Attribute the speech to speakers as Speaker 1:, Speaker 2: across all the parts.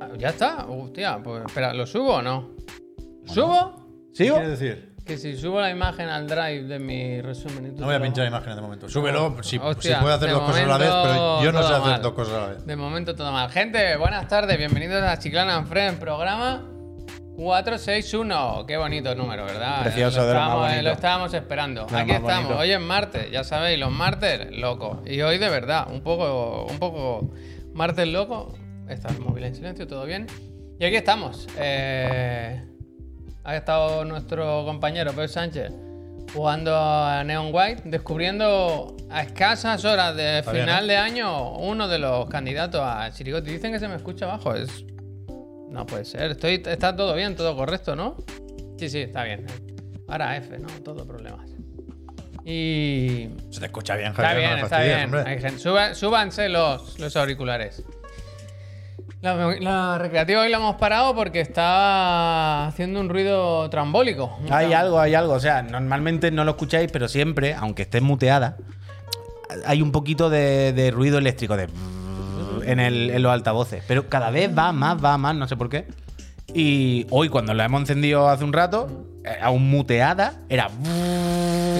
Speaker 1: Ah, ¿Ya está? Hostia, pues espera, ¿lo subo o no? ¿Subo?
Speaker 2: ¿Sigo?
Speaker 3: ¿Qué quieres decir?
Speaker 1: Que si subo la imagen al drive de mi resumen y tú
Speaker 3: No voy a
Speaker 1: te lo-
Speaker 3: pinchar imágenes de momento. Súbelo si,
Speaker 1: Hostia,
Speaker 3: si puedo hacer
Speaker 1: de
Speaker 3: dos cosas a la vez,
Speaker 1: momento
Speaker 3: pero yo no sé
Speaker 1: todo
Speaker 3: hacer
Speaker 1: mal.
Speaker 3: dos cosas a la vez.
Speaker 1: De momento todo mal. Gente, buenas tardes, bienvenidos a Chiclana and Friends, programa 461. Qué bonito número, ¿verdad? Eh,
Speaker 2: Precioso,
Speaker 1: lo,
Speaker 2: de lo más
Speaker 1: estábamos,
Speaker 2: bonito.
Speaker 1: lo estábamos esperando.
Speaker 2: lo
Speaker 1: Aquí
Speaker 2: más
Speaker 1: estamos,
Speaker 2: bonito.
Speaker 1: hoy es martes, ya sabéis, los martes, loco. Y hoy de verdad, un poco, un poco martes loco. Está el móvil en silencio, todo bien. Y aquí estamos. Eh, ha estado nuestro compañero Pep Sánchez jugando a Neon White, descubriendo a escasas horas de
Speaker 3: Está bien,
Speaker 1: final
Speaker 3: ¿eh?
Speaker 1: de año uno de los candidatos a Chirigoti. Dicen que se me escucha abajo. Es... No puede ser. Estoy... Está todo bien, todo correcto, ¿no? Sí, sí, está bien. Ahora F, ¿no? Todo problemas. Y.
Speaker 3: Se te escucha bien,
Speaker 1: Está
Speaker 3: Javier.
Speaker 1: bien,
Speaker 3: no me
Speaker 1: está
Speaker 3: fastidies,
Speaker 1: bien.
Speaker 3: hombre.
Speaker 1: Hay gente- suba- súbanse los, los auriculares. La, la recreativa hoy la hemos parado porque está haciendo un ruido trambólico.
Speaker 2: Hay algo, hay algo. O sea, normalmente no lo escucháis, pero siempre, aunque esté muteada, hay un poquito de, de ruido eléctrico de en, el- en los altavoces. Pero cada vez va más, va más, no sé por qué. Y hoy, cuando la hemos encendido hace un rato, eh, aún muteada, era.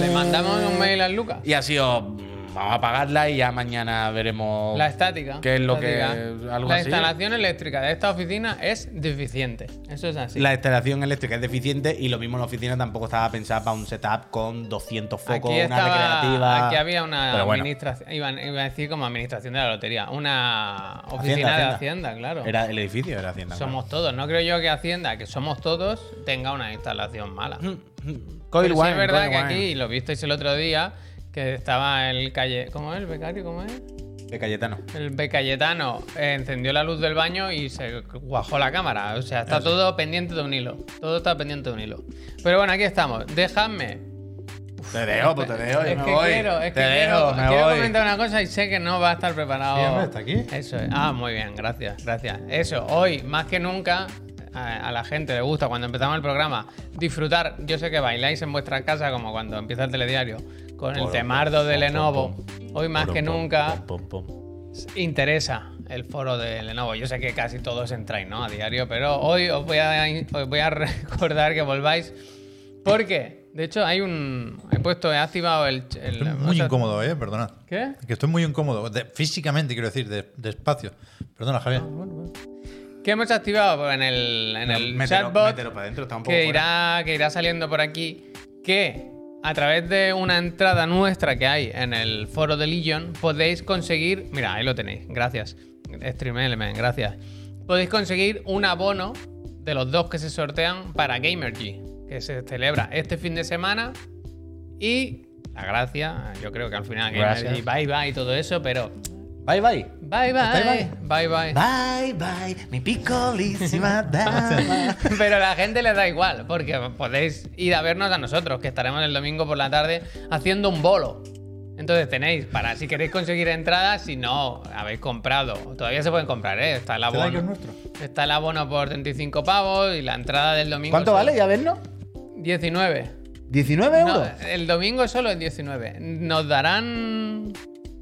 Speaker 1: Le mandamos un mail al Lucas.
Speaker 2: Y ha sido. Vamos a apagarla y ya mañana veremos.
Speaker 1: La estática.
Speaker 2: ¿Qué es lo que-
Speaker 1: estática.
Speaker 2: algo
Speaker 1: la
Speaker 2: así?
Speaker 1: instalación eléctrica de esta oficina es deficiente. Eso es así.
Speaker 2: La instalación eléctrica es deficiente y lo mismo en la oficina tampoco estaba pensada para un setup con 200 focos,
Speaker 1: aquí,
Speaker 2: una
Speaker 1: estaba-
Speaker 2: recreativa.
Speaker 1: aquí había una
Speaker 2: Pero bueno.
Speaker 1: administración. Iba, iba a decir como administración de la lotería. Una oficina de
Speaker 2: Hacienda.
Speaker 1: Hacienda, claro.
Speaker 2: Era el edificio, era Hacienda.
Speaker 1: somos todos. No creo yo que Hacienda, que somos todos, tenga una instalación mala.
Speaker 2: claro.
Speaker 1: Pero
Speaker 2: Coil
Speaker 1: sí
Speaker 2: One.
Speaker 1: es verdad
Speaker 2: Coil
Speaker 1: que
Speaker 2: One.
Speaker 1: aquí, y lo visteis el otro día, que estaba el calle. ¿Cómo es el becario? ¿Cómo es?
Speaker 2: De Cayetano.
Speaker 1: El Becayetano eh, encendió la luz del baño y se guajó la cámara. O sea, está todo pendiente de un hilo. Todo está pendiente de un hilo. Pero bueno, aquí estamos. Dejadme.
Speaker 2: Te dejo, pues te dejo. yo
Speaker 1: es
Speaker 2: me
Speaker 1: que
Speaker 2: voy.
Speaker 1: quiero, es
Speaker 2: te
Speaker 1: que
Speaker 2: dejo,
Speaker 1: quiero,
Speaker 2: me
Speaker 1: quiero
Speaker 2: voy.
Speaker 1: comentar una cosa y sé que no va a estar preparado.
Speaker 3: Sí, hombre, está aquí.
Speaker 1: Eso es. Ah, muy bien, gracias, gracias. Eso, hoy más que nunca a, a la gente le gusta cuando empezamos el programa disfrutar. Yo sé que bailáis en vuestra casa como cuando empieza el telediario con el
Speaker 2: Poro,
Speaker 1: temardo de
Speaker 2: pom,
Speaker 1: Lenovo.
Speaker 2: pom,
Speaker 1: Hoy más
Speaker 2: Pom,
Speaker 1: que
Speaker 2: pom,
Speaker 1: nunca
Speaker 2: pom, pom, pom.
Speaker 1: interesa el foro de Lenovo. Yo sé que casi todos entráis, ¿no? A diario, pero hoy os voy a, os voy a recordar que volváis. Porque, de hecho, hay un. He puesto, he activado el. el-
Speaker 3: Estoy
Speaker 1: o
Speaker 3: muy
Speaker 1: sea,
Speaker 3: incómodo, ¿eh? Perdonad.
Speaker 1: ¿Qué?
Speaker 3: Que estoy muy incómodo. de- físicamente, quiero decir, de, de espacio. Perdona, Javier.
Speaker 1: Que hemos activado pues, en el, en el
Speaker 2: Mételo-
Speaker 1: chatbot
Speaker 2: mételo para dentro, está un poco
Speaker 1: que
Speaker 2: fuera.
Speaker 1: irá, que irá saliendo por aquí. Que a través de una entrada nuestra que hay en el foro de Legion podéis conseguir. Mira, ahí lo tenéis. Gracias. Stream Element, gracias. Podéis conseguir un abono de los dos que se sortean para Gamergy, que se celebra este fin de semana. Y la gracia, yo creo que al final Gamergy,
Speaker 2: Gracias.
Speaker 1: bye bye y todo eso, pero
Speaker 2: Bye, bye.
Speaker 1: bye bye. Bye bye.
Speaker 2: Bye, bye. Mi picolísima dama.
Speaker 1: Pero a la gente les da igual, porque podéis ir a vernos a nosotros, que estaremos el domingo por la tarde haciendo un bolo. Entonces tenéis, para si queréis conseguir entradas, si no habéis comprado, todavía se pueden comprar, ¿eh? Está
Speaker 2: Este
Speaker 1: el
Speaker 3: da que es
Speaker 1: abono.
Speaker 3: nuestro?
Speaker 1: Está el abono por 35 pavos y la entrada del domingo.
Speaker 2: ¿Cuánto
Speaker 1: solo-
Speaker 2: vale? ¿Ya vernos?
Speaker 1: 19.
Speaker 2: ¿19
Speaker 1: No, eh,
Speaker 2: euros?
Speaker 1: el domingo solo es 19. Nos darán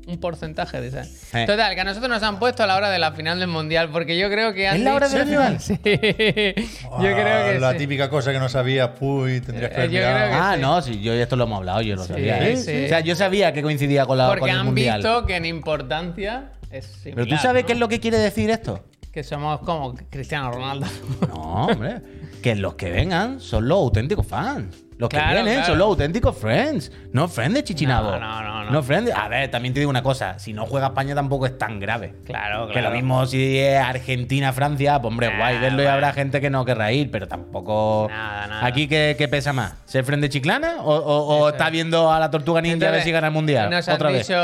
Speaker 1: un porcentaje de esas.
Speaker 2: Eh.
Speaker 1: Total, que a nosotros nos han puesto a la hora de la final del mundial, porque yo creo que han
Speaker 2: ¿Es la hora de la
Speaker 1: dicho-
Speaker 2: final?
Speaker 1: Sí. yo creo que
Speaker 3: Ah, La
Speaker 1: sí.
Speaker 3: típica cosa que no sabía, puy, tendrías que
Speaker 1: Eh,
Speaker 3: haber
Speaker 1: yo
Speaker 3: mirado.
Speaker 1: creo que-
Speaker 2: Ah,
Speaker 1: sí.
Speaker 2: no, sí, yo esto lo hemos hablado, yo lo
Speaker 1: Sí,
Speaker 2: sabía. ¿eh?
Speaker 1: sí.
Speaker 2: O sea, yo sabía que coincidía con, la, con
Speaker 1: Porque
Speaker 2: el
Speaker 1: han
Speaker 2: mundial.
Speaker 1: visto que en importancia es
Speaker 2: Pero
Speaker 1: similar,
Speaker 2: tú sabes
Speaker 1: ¿no?
Speaker 2: qué es lo que quiere decir esto.
Speaker 1: Que somos como Cristiano Ronaldo.
Speaker 2: No, hombre. que los que vengan son los auténticos fans. Los
Speaker 1: Claro,
Speaker 2: que vienen
Speaker 1: claro.
Speaker 2: son los auténticos friends. No friends de Chichinabo.
Speaker 1: No, no, no, no.
Speaker 2: friends de- A ver, también te digo una cosa. Si no juega España tampoco es tan grave.
Speaker 1: Claro,
Speaker 2: Que lo mismo si es Argentina, Francia, pues hombre,
Speaker 1: Nah,
Speaker 2: guay verlo y
Speaker 1: bueno.
Speaker 2: habrá gente que no querrá ir, pero tampoco.
Speaker 1: Nada, nada.
Speaker 2: Aquí qué, qué pesa más, ser friend de Chiclana o, o- o
Speaker 1: Eso
Speaker 2: está
Speaker 1: es.
Speaker 2: viendo a la Tortuga Ninja a ver
Speaker 1: Entonces,
Speaker 2: si gana el mundial
Speaker 1: Nos
Speaker 2: otra
Speaker 1: han
Speaker 2: vez.
Speaker 1: dicho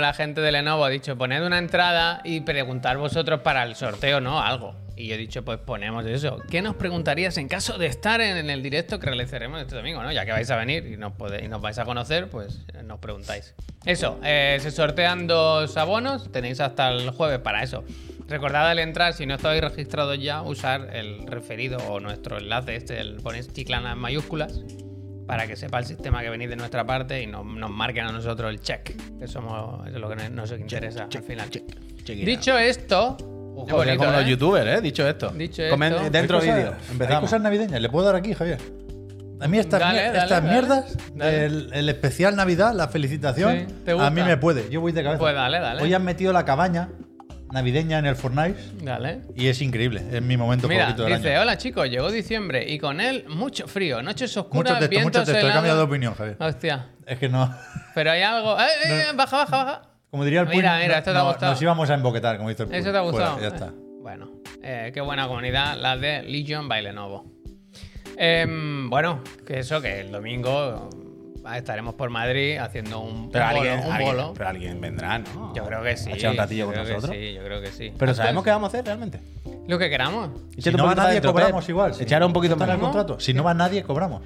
Speaker 1: la gente de Lenovo, ha dicho, poned una entrada y preguntar vosotros para el sorteo, ¿no? Algo. Y yo he dicho, pues ponemos eso. ¿Qué nos preguntarías en caso de estar en, en el directo que realizaremos este domingo, ¿no? Ya que vais a venir y nos, pode- y nos vais a conocer, pues eh, nos preguntáis. Eso, eh, se sortean dos abonos, tenéis hasta el jueves para eso. Recordad al entrar, si no estáis registrados ya, usar el referido o nuestro enlace, este, el, ponéis chiclana en mayúsculas para que sepa el sistema que venís de nuestra parte y nos, nos marquen a nosotros el check, que somos, eso es lo que nos nos interesa al final.
Speaker 2: Check it out.
Speaker 1: Dicho esto,
Speaker 2: Joder, como
Speaker 1: bonito,
Speaker 2: los
Speaker 1: ¿eh?
Speaker 2: youtubers, ¿eh? Dicho esto.
Speaker 1: Dicho
Speaker 2: Comen-
Speaker 1: esto.
Speaker 2: Dentro
Speaker 3: Hay cosas-
Speaker 2: vídeo.
Speaker 3: Hay
Speaker 2: Empezamos.
Speaker 3: cosas navideñas. ¿Le puedo dar aquí, Javier? A mí estas,
Speaker 1: Dale,
Speaker 3: mier-
Speaker 1: dale,
Speaker 3: estas
Speaker 1: dale.
Speaker 3: mierdas,
Speaker 1: Dale.
Speaker 3: El, el especial Navidad, la felicitación,
Speaker 1: Sí, ¿te gusta?
Speaker 3: a mí me puede. Yo voy de cabeza.
Speaker 1: Pues dale, dale.
Speaker 3: Hoy han metido la cabaña navideña en el Fortnite
Speaker 1: Dale.
Speaker 3: y es increíble. Es mi momento
Speaker 1: Mira,
Speaker 3: favorito del
Speaker 1: dice,
Speaker 3: año.
Speaker 1: hola chicos, llegó diciembre y con él mucho frío, noches oscuras,
Speaker 3: Mucho texto, mucho
Speaker 1: vientos
Speaker 3: texto. He
Speaker 1: helados".
Speaker 3: cambiado de opinión, Javier.
Speaker 1: Hostia,
Speaker 3: Es que no.
Speaker 1: pero hay algo... ¡Eh, eh, eh! baja, baja, baja!
Speaker 3: Como diría el
Speaker 1: Mira,
Speaker 3: Puy,
Speaker 1: mira,
Speaker 3: no-
Speaker 1: esto te ha
Speaker 3: no-
Speaker 1: gustado.
Speaker 3: Nos íbamos a emboquetar, como dice el
Speaker 1: Eso
Speaker 3: Puy.
Speaker 1: te ha gustado.
Speaker 3: Fuera, ya está.
Speaker 1: Eh, Bueno, eh, qué buena comunidad la de Legion by Lenovo. Em, bueno, que eso, que el domingo eh, estaremos por Madrid haciendo un,
Speaker 2: Pero
Speaker 1: un bolo,
Speaker 2: alguien,
Speaker 1: un
Speaker 2: alguien-
Speaker 1: bolo.
Speaker 2: pero alguien vendrá, ¿no?
Speaker 1: Yo creo que sí.
Speaker 2: ¿A echar un ratillo
Speaker 1: yo
Speaker 2: con
Speaker 1: creo que
Speaker 2: nosotros?
Speaker 1: Sí, yo creo que sí.
Speaker 2: Pero
Speaker 1: Hasta-
Speaker 2: sabemos qué vamos a hacer realmente.
Speaker 1: Lo que queramos.
Speaker 3: Si no va nadie, cobramos igual. Si
Speaker 2: Echar un
Speaker 3: no
Speaker 2: poquito
Speaker 3: está en
Speaker 2: más.
Speaker 3: el contrato. Si no va nadie, cobramos.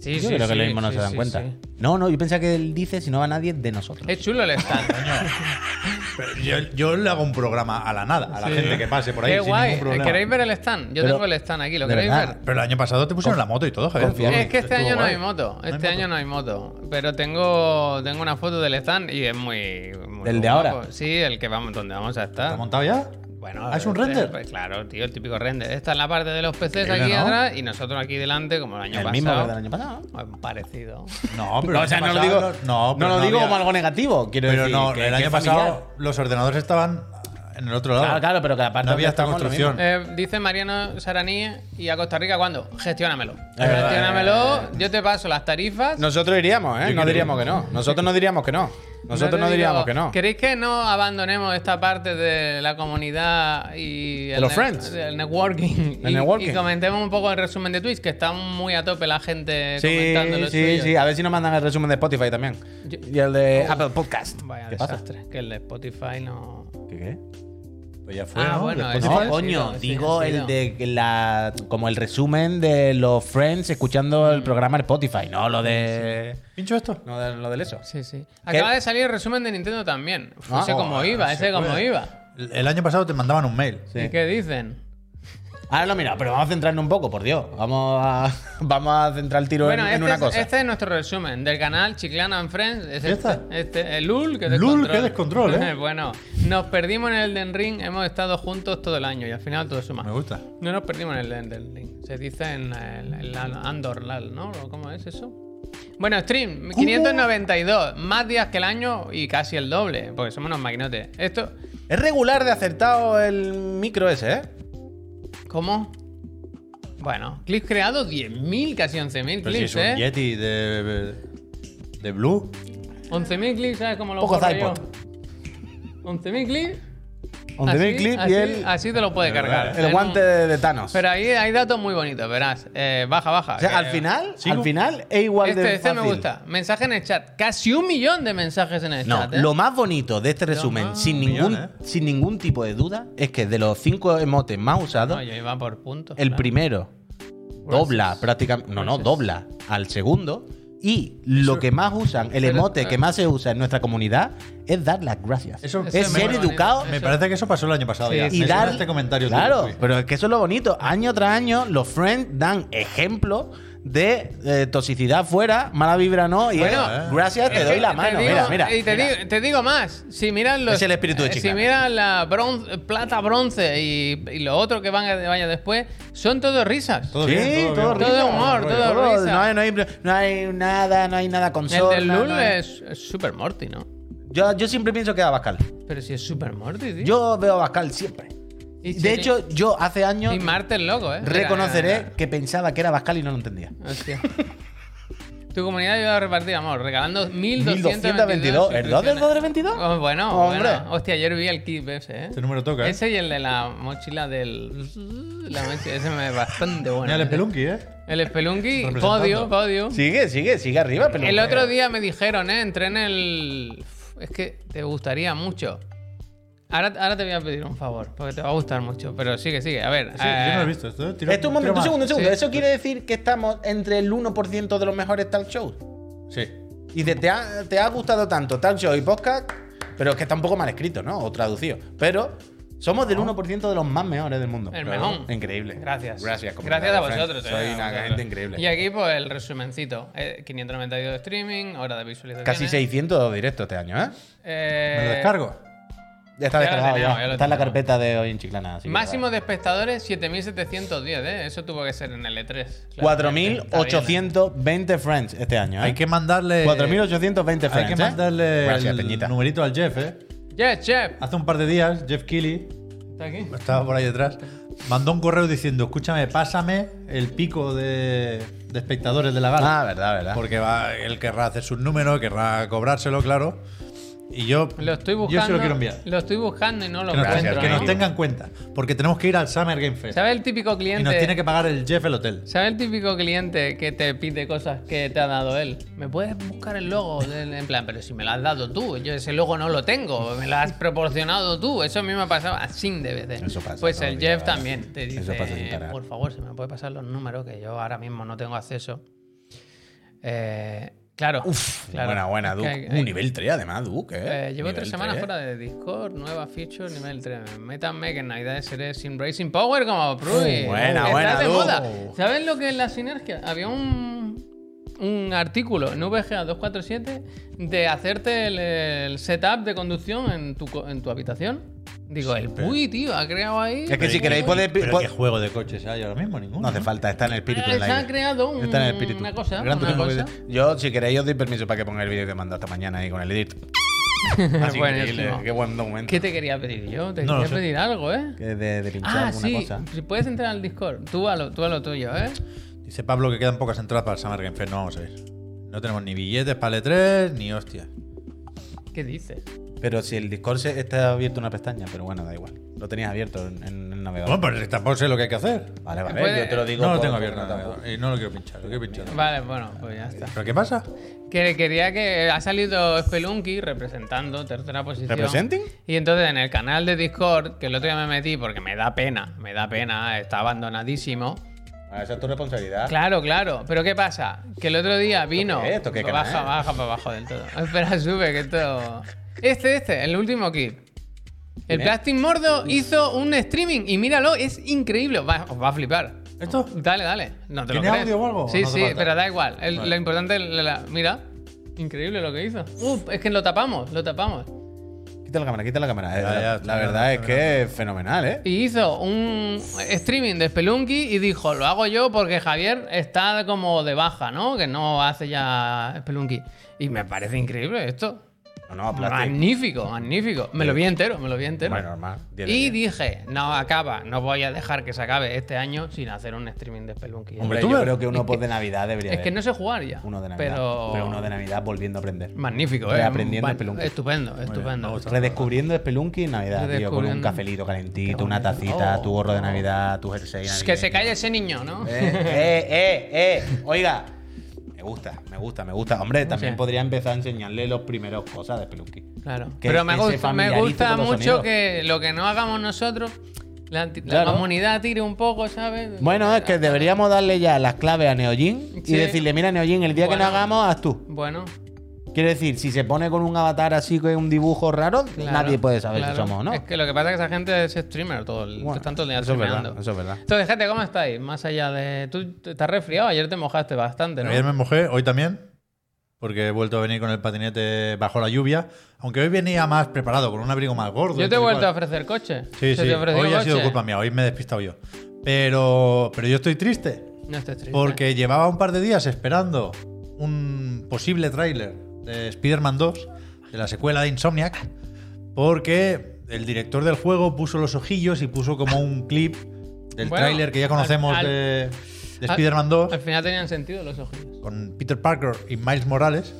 Speaker 1: Sí,
Speaker 2: Yo
Speaker 1: sí,
Speaker 2: creo que
Speaker 1: sí,
Speaker 2: lo mismo no
Speaker 1: sí,
Speaker 2: se dan
Speaker 1: sí,
Speaker 2: cuenta.
Speaker 1: sí.
Speaker 2: No, no, yo pensaba que él dice si no va nadie de nosotros.
Speaker 1: Es chulo el stand.
Speaker 3: Pero Yo, yo le hago un programa a la nada, a la gente que pase por ahí
Speaker 1: Qué
Speaker 3: sin
Speaker 1: guay.
Speaker 3: ningún problema.
Speaker 1: ¿Queréis ver el stand? Yo
Speaker 2: Pero-
Speaker 1: tengo el stand aquí. ¿Lo
Speaker 2: de
Speaker 1: queréis
Speaker 2: verdad.
Speaker 1: ver?
Speaker 3: Pero el año pasado te pusieron la moto y todo, Javier.
Speaker 2: Confía en mí.
Speaker 1: Es que este
Speaker 3: Estuvo
Speaker 1: año no
Speaker 3: guay.
Speaker 1: hay moto.
Speaker 3: hay
Speaker 1: Este
Speaker 3: moto.
Speaker 1: año no hay moto. Pero tengo, tengo una foto del stand y es muy. muy
Speaker 2: ¿Del de
Speaker 1: guapo.
Speaker 2: ahora?
Speaker 1: Sí, el que vamos, donde vamos a
Speaker 3: ¿Está
Speaker 1: estar.
Speaker 3: montado ya?
Speaker 1: Bueno,
Speaker 3: ¿Ah, es un
Speaker 1: este-
Speaker 3: render?
Speaker 1: pues claro, tío, el típico render. Esta es la parte de los PCs
Speaker 3: Increíble,
Speaker 1: aquí
Speaker 3: ¿no?
Speaker 1: atrás y nosotros aquí delante, como el año
Speaker 2: el
Speaker 1: pasado.
Speaker 2: mismo que del año pasado.
Speaker 1: Bueno, Parecido.
Speaker 3: No,
Speaker 2: No, o sea, no lo digo, no,
Speaker 3: pero
Speaker 2: lo digo
Speaker 3: había-
Speaker 2: como algo negativo. Quiero
Speaker 3: Pero
Speaker 2: decir,
Speaker 3: no,
Speaker 2: que-
Speaker 3: el
Speaker 2: que
Speaker 3: año
Speaker 2: es
Speaker 3: pasado
Speaker 2: familiar.
Speaker 3: los ordenadores estaban en el otro lado.
Speaker 2: Claro, claro, pero que la parte
Speaker 3: No había esta
Speaker 2: donde estamos, lo mismo.
Speaker 3: construcción.
Speaker 1: Eh, dice Mariano Saraní y a Costa Rica, ¿cuándo? Gestiónamelo.
Speaker 2: verdad,
Speaker 3: eh,
Speaker 1: Gestiónamelo. Yo te paso las tarifas.
Speaker 2: Nosotros iríamos, ¿eh?
Speaker 3: Yo
Speaker 2: No
Speaker 3: creo-
Speaker 2: diríamos que no. Nosotros no diríamos que no. Nosotros
Speaker 1: te
Speaker 2: no
Speaker 1: digo-
Speaker 2: diríamos que no.
Speaker 1: ¿Queréis que no abandonemos esta parte de la comunidad y
Speaker 2: De los friends.
Speaker 1: El networking?
Speaker 2: El
Speaker 1: y,
Speaker 2: networking.
Speaker 1: y comentemos un poco el resumen de Twitch, que está muy a tope la gente
Speaker 2: Sí,
Speaker 1: comentando lo
Speaker 2: sí,
Speaker 1: suyo.
Speaker 2: sí. A ver si nos mandan el resumen de Spotify también. Oh.
Speaker 1: Yo-
Speaker 2: Y el de
Speaker 1: Uf.
Speaker 2: Apple Podcast.
Speaker 1: Vaya
Speaker 2: ¿Qué pasa?
Speaker 1: desastre, que el de Spotify no.
Speaker 2: ¿Qué qué?
Speaker 3: Pues ya fue.
Speaker 1: Ah,
Speaker 3: ¿no?
Speaker 1: bueno,
Speaker 3: Después-
Speaker 1: Sí,
Speaker 2: No,
Speaker 1: sí,
Speaker 2: coño,
Speaker 1: sí, sí,
Speaker 2: digo
Speaker 1: sí,
Speaker 2: el
Speaker 1: no.
Speaker 2: de la como el resumen de los friends escuchando
Speaker 1: Mm.
Speaker 2: el programa en Spotify, no lo de
Speaker 3: ¿Pincho esto?
Speaker 2: no de lo del eso.
Speaker 1: Sí, sí. Acaba de salir el resumen de Nintendo también. Uf,
Speaker 2: Ah,
Speaker 1: ese cómo
Speaker 3: oh,
Speaker 1: iba,
Speaker 3: se
Speaker 1: ese cómo
Speaker 3: puede.
Speaker 1: iba.
Speaker 3: El el año pasado te mandaban un mail.
Speaker 1: ¿Y qué dicen?
Speaker 2: Ahora lo mira, pero vamos a centrarnos un poco, por Dios. Vamos a vamos a centrar el tiro en,
Speaker 1: bueno,
Speaker 2: en
Speaker 1: este,
Speaker 2: una
Speaker 1: es,
Speaker 2: cosa.
Speaker 1: este es nuestro resumen del canal Chiclana and Friends. Es
Speaker 3: ¿Ya está?
Speaker 1: este, este, eh, Lul, que
Speaker 3: Lul,
Speaker 1: descontrol.
Speaker 3: qué descontrol, ¿eh?
Speaker 1: bueno, nos perdimos en el Den Ring, hemos estado juntos todo el año y al final todo suma.
Speaker 3: Me gusta.
Speaker 1: No nos perdimos en el Elden Ring. Se dice en el, el Andor Lal, ¿no? ¿O ¿Cómo es eso? Bueno, stream, 592. Más días que el año y casi el doble. Porque somos unos maquinotes. Esto,
Speaker 2: Es regular de acertado el micro ese, ¿eh?
Speaker 1: ¿cómo? Bueno, clips creados 10.000, casi 11.000
Speaker 3: Pero si es
Speaker 1: clips,
Speaker 3: un
Speaker 1: ¿eh?
Speaker 3: Yeti de, de Blue.
Speaker 1: 11.000 clips, ¿sabes cómo lo
Speaker 2: Pocos
Speaker 1: borro yo?
Speaker 2: iPod.
Speaker 1: 11.000 clips.
Speaker 2: 11.000
Speaker 1: así-
Speaker 2: clips
Speaker 1: así-
Speaker 2: y el,
Speaker 1: Así te lo puede cargar. En
Speaker 2: el
Speaker 1: un-
Speaker 2: guante de, de Thanos.
Speaker 1: Pero ahí hay datos muy bonitos, verás. Eh, baja, baja.
Speaker 2: o sea,
Speaker 1: que-
Speaker 2: al final,
Speaker 3: sigo-
Speaker 2: al final es igual de
Speaker 1: Este, este me
Speaker 2: fácil.
Speaker 1: gusta. Mensaje en el chat. Casi un millón de mensajes en el
Speaker 2: No,
Speaker 1: chat. ¿eh?
Speaker 2: lo más bonito de este resumen,
Speaker 1: más ¿eh?
Speaker 2: sin ningún,
Speaker 3: millones,
Speaker 2: sin ningún tipo de duda, es que de los cinco emotes más usados,
Speaker 1: No, yo iba por puntos.
Speaker 2: el
Speaker 1: claro. Pues,
Speaker 2: primero dobla prácticamente. No, no,
Speaker 1: Gracias.
Speaker 2: dobla al segundo. Y lo que más usan, el
Speaker 1: Pero-
Speaker 2: emote que más se usa en nuestra comunidad, es dar las gracias.
Speaker 3: Eso-
Speaker 1: Eso
Speaker 2: es
Speaker 1: es
Speaker 2: ser
Speaker 1: muy bonito.
Speaker 2: educado
Speaker 1: Eso-
Speaker 3: Me parece que eso pasó el año pasado.
Speaker 1: Sí,
Speaker 3: ya.
Speaker 1: sí,
Speaker 2: y
Speaker 3: Me suena
Speaker 2: dar
Speaker 3: este comentario tuyo,
Speaker 2: claro
Speaker 3: Puy.
Speaker 2: pero es que eso es lo bonito año tras año los friends dan ejemplos de eh, toxicidad fuera mala vibra no y
Speaker 1: Bueno,
Speaker 2: eh, gracias te doy la mano
Speaker 1: digo-
Speaker 2: mira mira
Speaker 1: Y te,
Speaker 2: mira.
Speaker 1: Digo, te digo más. Si miras los.
Speaker 2: Es el espíritu de
Speaker 1: eh, Si
Speaker 2: Chiclana.
Speaker 1: miras la bronce- plata, bronce y, y lo otro que van a, vaya después, son todo risas.
Speaker 3: Todo
Speaker 2: sí,
Speaker 3: bien,
Speaker 2: todo,
Speaker 3: todo bien.
Speaker 1: Todo
Speaker 2: risa,
Speaker 1: humor,
Speaker 2: rollo,
Speaker 1: todo risa.
Speaker 2: No hay, no, hay, no hay nada, no hay nada con
Speaker 1: el
Speaker 2: sol,
Speaker 1: del
Speaker 2: no,
Speaker 1: Lul
Speaker 2: no hay-
Speaker 1: es es Super Morty, ¿no?
Speaker 2: Yo, yo siempre pienso que es Abascal.
Speaker 1: Pero si es Super Morty, tío.
Speaker 2: Yo veo a Abascal siempre.
Speaker 1: Y
Speaker 2: de
Speaker 1: Chiri-
Speaker 2: hecho, yo hace años
Speaker 1: Y Marte es loco, ¿eh? Mira,
Speaker 2: reconoceré
Speaker 1: mira, mira.
Speaker 2: que pensaba que era Abascal y no lo entendía.
Speaker 1: Hostia. Tu comunidad ayuda a repartir amor, regalando 1222.
Speaker 2: 1222. ¿El 2 del 2 del 22?
Speaker 1: Oh, bueno,
Speaker 2: Hombre.
Speaker 1: bueno. Hostia, ayer vi el clip ese, ¿eh?
Speaker 3: Este número toca, ¿eh?
Speaker 1: Ese y el de la mochila del. la mochila- ese me bastante bueno.
Speaker 3: Mira el Spelunky, ¿eh?
Speaker 1: El Spelunky,
Speaker 3: Representando.
Speaker 1: podio, podio.
Speaker 2: Sigue, sigue, sigue arriba. pero-
Speaker 1: El otro día me dijeron, ¿eh? Entré en el. Es que te gustaría mucho. Ahora, ahora te voy a pedir un favor, porque te va a gustar mucho. Pero sigue, sigue. A ver.
Speaker 3: Sí,
Speaker 1: eh,
Speaker 3: yo no lo he visto. Esto, tira-
Speaker 2: Esto un
Speaker 3: tira
Speaker 2: momento, un
Speaker 3: más.
Speaker 2: segundo, un segundo.
Speaker 1: Sí.
Speaker 2: Eso quiere decir que estamos entre el 1% de los mejores talk shows.
Speaker 3: Sí.
Speaker 2: Y de- te, ha, te ha gustado tanto talk show y podcast, pero es que está un poco mal escrito, ¿no? O traducido. Pero somos del 1% de los más mejores del mundo.
Speaker 1: El
Speaker 2: Claro.
Speaker 1: mejor.
Speaker 2: Increíble.
Speaker 1: Gracias.
Speaker 2: Gracias. comunidad
Speaker 1: Gracias a
Speaker 2: de
Speaker 1: vosotros.
Speaker 2: friends. Soy
Speaker 1: eh, a
Speaker 2: una
Speaker 1: vosotros.
Speaker 2: gente increíble.
Speaker 1: Y aquí, pues, el resumencito. Eh, 592 de streaming, hora de visualización.
Speaker 2: Casi 600 directos este año, ¿eh?
Speaker 3: ¿Me lo descargo?
Speaker 2: Ya
Speaker 1: Ya
Speaker 2: está
Speaker 1: lo
Speaker 2: descargado,
Speaker 1: tenemos,
Speaker 2: ya.
Speaker 1: ya lo
Speaker 2: Está en la
Speaker 1: tenemos.
Speaker 2: carpeta de hoy en Chiclana. así que
Speaker 1: Máximo
Speaker 2: nada.
Speaker 1: de espectadores, 7710, ¿eh? Eso tuvo que ser en el E3. claramente. Está bien, ¿eh?
Speaker 2: 4.820 friends este año, ¿eh?
Speaker 3: Hay que mandarle.
Speaker 2: 4.820
Speaker 3: Hay
Speaker 2: friends,
Speaker 3: que
Speaker 2: ¿eh?
Speaker 3: mandarle
Speaker 2: Gracias,
Speaker 3: el
Speaker 2: Peñita.
Speaker 3: numerito al Jeff, ¿eh?
Speaker 1: Yes, Jeff.
Speaker 3: Hace un par de días, Jeff Keighley
Speaker 1: Está aquí.
Speaker 3: estaba por ahí detrás, mandó un correo diciendo, escúchame, pásame el pico de, de espectadores de la gala.
Speaker 2: Ah, verdad, verdad.
Speaker 3: Porque va, él querrá hacer sus números, querrá cobrárselo, claro. Y yo,
Speaker 1: Lo estoy buscando. ¿eh?
Speaker 3: yo se lo quiero enviar.
Speaker 1: Lo estoy buscando y no lo
Speaker 3: Que, nos,
Speaker 1: encuentro.
Speaker 3: que
Speaker 1: ¿no?
Speaker 3: nos tengan cuenta. Porque tenemos que ir al Summer Game Fest.
Speaker 1: ¿Sabes el típico
Speaker 3: Y
Speaker 1: cliente?
Speaker 3: nos tiene que pagar el Jeff el hotel.
Speaker 1: ¿Sabes el típico cliente que te pide cosas que te ha dado él? ¿Me puedes buscar el logo? En en plan, pero si me lo has dado tú, yo ese logo no lo tengo, me lo has proporcionado tú. Eso a mí me ha pasado así de veces.
Speaker 2: Eso pasa
Speaker 1: pues
Speaker 2: todo
Speaker 1: el
Speaker 2: el día,
Speaker 1: Jeff
Speaker 2: ¿verdad?
Speaker 1: también te
Speaker 2: Eso
Speaker 1: dice,
Speaker 2: pasa sin parar.
Speaker 1: por favor, si me puede pasar los números, que yo ahora mismo no tengo acceso. Eh, claro. Uf,
Speaker 2: Buena, buena, Duke. Un nivel 3, además, Duke, ¿eh?
Speaker 1: eh, llevo
Speaker 2: Nivel
Speaker 1: tres semanas
Speaker 2: 3.
Speaker 1: fuera de Discord, nueva feature, nivel 3. Métanme que en Navidad seré sin Racing Power como Prui.
Speaker 2: Uh, buena,
Speaker 1: Está
Speaker 2: buena,
Speaker 1: de
Speaker 2: tú.
Speaker 1: moda. ¿Sabes lo que es la sinergia? Había un, un artículo en VGA 247 de hacerte el, el setup de conducción en tu, co- en tu habitación. Digo, el Puy, tío, ha creado ahí.
Speaker 2: Es que si queréis podéis...
Speaker 3: Pero ¿qué
Speaker 2: pod-
Speaker 3: juego de coches hay ahora mismo? Ninguno.
Speaker 2: No hace falta, está en el espíritu del
Speaker 1: Se ha
Speaker 2: aire.
Speaker 1: creado un-
Speaker 2: Está en el espíritu.
Speaker 1: una cosa. una
Speaker 2: Gran Turismo
Speaker 1: cosa.
Speaker 2: Vive- Yo, si queréis, os doy permiso para que ponga el vídeo que mando hasta mañana ahí con el edit. Así increíble,
Speaker 1: Buenísimo.
Speaker 2: qué buen documento.
Speaker 1: ¿Qué te quería pedir yo? Te
Speaker 3: No lo
Speaker 1: quería
Speaker 3: sé.
Speaker 1: pedir algo, ¿eh?
Speaker 2: Que de, de pinchar
Speaker 1: Ah,
Speaker 2: alguna
Speaker 1: sí.
Speaker 2: cosa.
Speaker 1: Si puedes entrar al Discord. Tú a lo, tú a lo tuyo, ¿eh?
Speaker 3: Dice Pablo que quedan pocas entradas para el Summer Game Fest. No vamos a ir. No tenemos ni billetes para el E3, ni hostia.
Speaker 1: ¿Qué dices?
Speaker 2: Pero si el Discord se- está abierto una pestaña, pero bueno, da igual. Lo tenías abierto en, en el navegador.
Speaker 3: Bueno, pues tampoco sé lo que hay que hacer.
Speaker 2: Vale, vale,
Speaker 1: Puede-
Speaker 2: yo te lo digo.
Speaker 3: Oh. no lo
Speaker 2: por-
Speaker 3: tengo
Speaker 2: porque
Speaker 3: abierto
Speaker 2: no tampoco.
Speaker 3: nada, y no lo quiero pinchar, lo quiero pinchar.
Speaker 1: Vale, bueno, pues ya está.
Speaker 3: ¿Pero qué pasa?
Speaker 1: Que quería que ha salido Spelunky representando tercera posición.
Speaker 2: ¿Representing?
Speaker 1: Y entonces en el canal de Discord, que el otro día me metí porque me da pena, me da pena, está abandonadísimo.
Speaker 2: Ah, esa es tu responsabilidad.
Speaker 1: Claro, claro. Pero ¿qué pasa? Que el otro día vino.
Speaker 2: qué es? ¿Esto qué canal
Speaker 1: baja,
Speaker 2: es?
Speaker 1: baja para abajo del todo. Espera, sube, que esto. Este, este, el último kit. El
Speaker 2: Bien.
Speaker 1: Plastic Mordo hizo un streaming y míralo, es increíble. Va- os va a flipar.
Speaker 3: ¿Esto?
Speaker 1: Dale, dale. No te lo
Speaker 3: ¿Tiene
Speaker 1: crees.
Speaker 3: audio o algo?
Speaker 1: Sí,
Speaker 3: No hace
Speaker 1: sí,
Speaker 3: falta.
Speaker 1: pero da igual. El- Lo importante es la- la- Mira, increíble lo que hizo. Uf, es que lo tapamos, lo tapamos.
Speaker 2: Quita la cámara, quita la cámara.
Speaker 3: Ya,
Speaker 2: Eh,
Speaker 3: ya,
Speaker 2: la-
Speaker 3: está
Speaker 2: la
Speaker 3: bien,
Speaker 2: verdad es
Speaker 3: está
Speaker 2: que es fenomenal, ¿eh?
Speaker 1: Y hizo un streaming de Spelunky y dijo, lo hago yo porque Javier está como de baja, ¿no? Que no hace ya Spelunky. Y me parece increíble esto.
Speaker 2: No, no, plástico.
Speaker 1: Magnífico, magnífico. Me lo vi entero, me lo vi entero.
Speaker 2: Bueno, normal. Diez de
Speaker 1: y
Speaker 2: diez.
Speaker 1: dije, no acaba, no voy a dejar que se acabe este año sin hacer un streaming de Spelunky.
Speaker 2: Hombre,
Speaker 3: tú
Speaker 2: yo
Speaker 3: ves-
Speaker 2: creo que uno post de Navidad debería
Speaker 1: es que
Speaker 2: haber.
Speaker 1: no sé jugar ya.
Speaker 2: Uno de Navidad.
Speaker 1: Pero,
Speaker 2: Pero uno de Navidad volviendo a aprender.
Speaker 1: Magnífico, ¿eh?
Speaker 2: Reaprendiendo
Speaker 1: Va-
Speaker 2: Spelunky.
Speaker 1: Estupendo, estupendo.
Speaker 2: Redescubriendo Spelunky en Navidad, tío. Con un
Speaker 1: Redescubriendo.
Speaker 2: cafelito calentito, una tacita,
Speaker 1: Oh.
Speaker 2: tu gorro de Navidad, tu jersey.
Speaker 1: Es
Speaker 2: navideño.
Speaker 1: que se calle ese niño, ¿no?
Speaker 2: Eh, eh, eh, eh. Oiga. Me gusta, me gusta, me gusta. Hombre, también
Speaker 1: Sí.
Speaker 2: podría empezar a enseñarle los primeros cosas de Spelunky.
Speaker 1: Claro.
Speaker 2: Que-
Speaker 1: Pero me
Speaker 2: que se
Speaker 1: gusta, me
Speaker 2: familiarice
Speaker 1: gusta
Speaker 2: con los
Speaker 1: mucho
Speaker 2: sonidos.
Speaker 1: que lo que no hagamos nosotros, la, la
Speaker 2: Claro.
Speaker 1: comunidad tire un poco, ¿sabes?
Speaker 2: Bueno, es que deberíamos darle ya las claves a Neojin
Speaker 1: Sí.
Speaker 2: y decirle, mira Neojin, el día
Speaker 1: Bueno.
Speaker 2: que nos hagamos, haz tú.
Speaker 1: Bueno,
Speaker 2: Quiere decir, si se pone con un avatar así, con un dibujo raro,
Speaker 1: claro,
Speaker 2: nadie puede saber
Speaker 1: claro.
Speaker 2: si somos o no.
Speaker 1: Es que lo que pasa es que esa gente es streamer todo el
Speaker 2: Bueno,
Speaker 1: están todo el día
Speaker 2: eso es verdad,
Speaker 1: streameando.
Speaker 2: eso es verdad.
Speaker 1: Entonces, gente, ¿cómo estáis? Más allá de. Tú te- estás resfriado, ayer te mojaste bastante, ¿no?
Speaker 3: Ayer me mojé, hoy también, porque he vuelto a venir con el patinete bajo la lluvia. Aunque hoy venía más preparado, con un abrigo más gordo.
Speaker 1: Yo te he
Speaker 3: tal y
Speaker 1: vuelto a
Speaker 3: cual.
Speaker 1: ofrecer coche.
Speaker 3: Sí,
Speaker 1: Se
Speaker 3: sí,
Speaker 1: te ofreció
Speaker 3: hoy ha
Speaker 1: coche.
Speaker 3: sido culpa mía, hoy me he despistado yo. Pero, pero yo estoy triste,
Speaker 1: No estés triste.
Speaker 3: porque llevaba un par de días esperando un posible tráiler de Spider-Man 2, de la secuela de Insomniac, porque el director del juego puso los ojillos y puso como un clip del
Speaker 1: Bueno,
Speaker 3: tráiler que ya conocemos
Speaker 1: al- al-
Speaker 3: de, de
Speaker 1: al-
Speaker 3: Spider-Man 2
Speaker 1: Al final tenían sentido los ojillos.
Speaker 3: con Peter Parker y Miles Morales.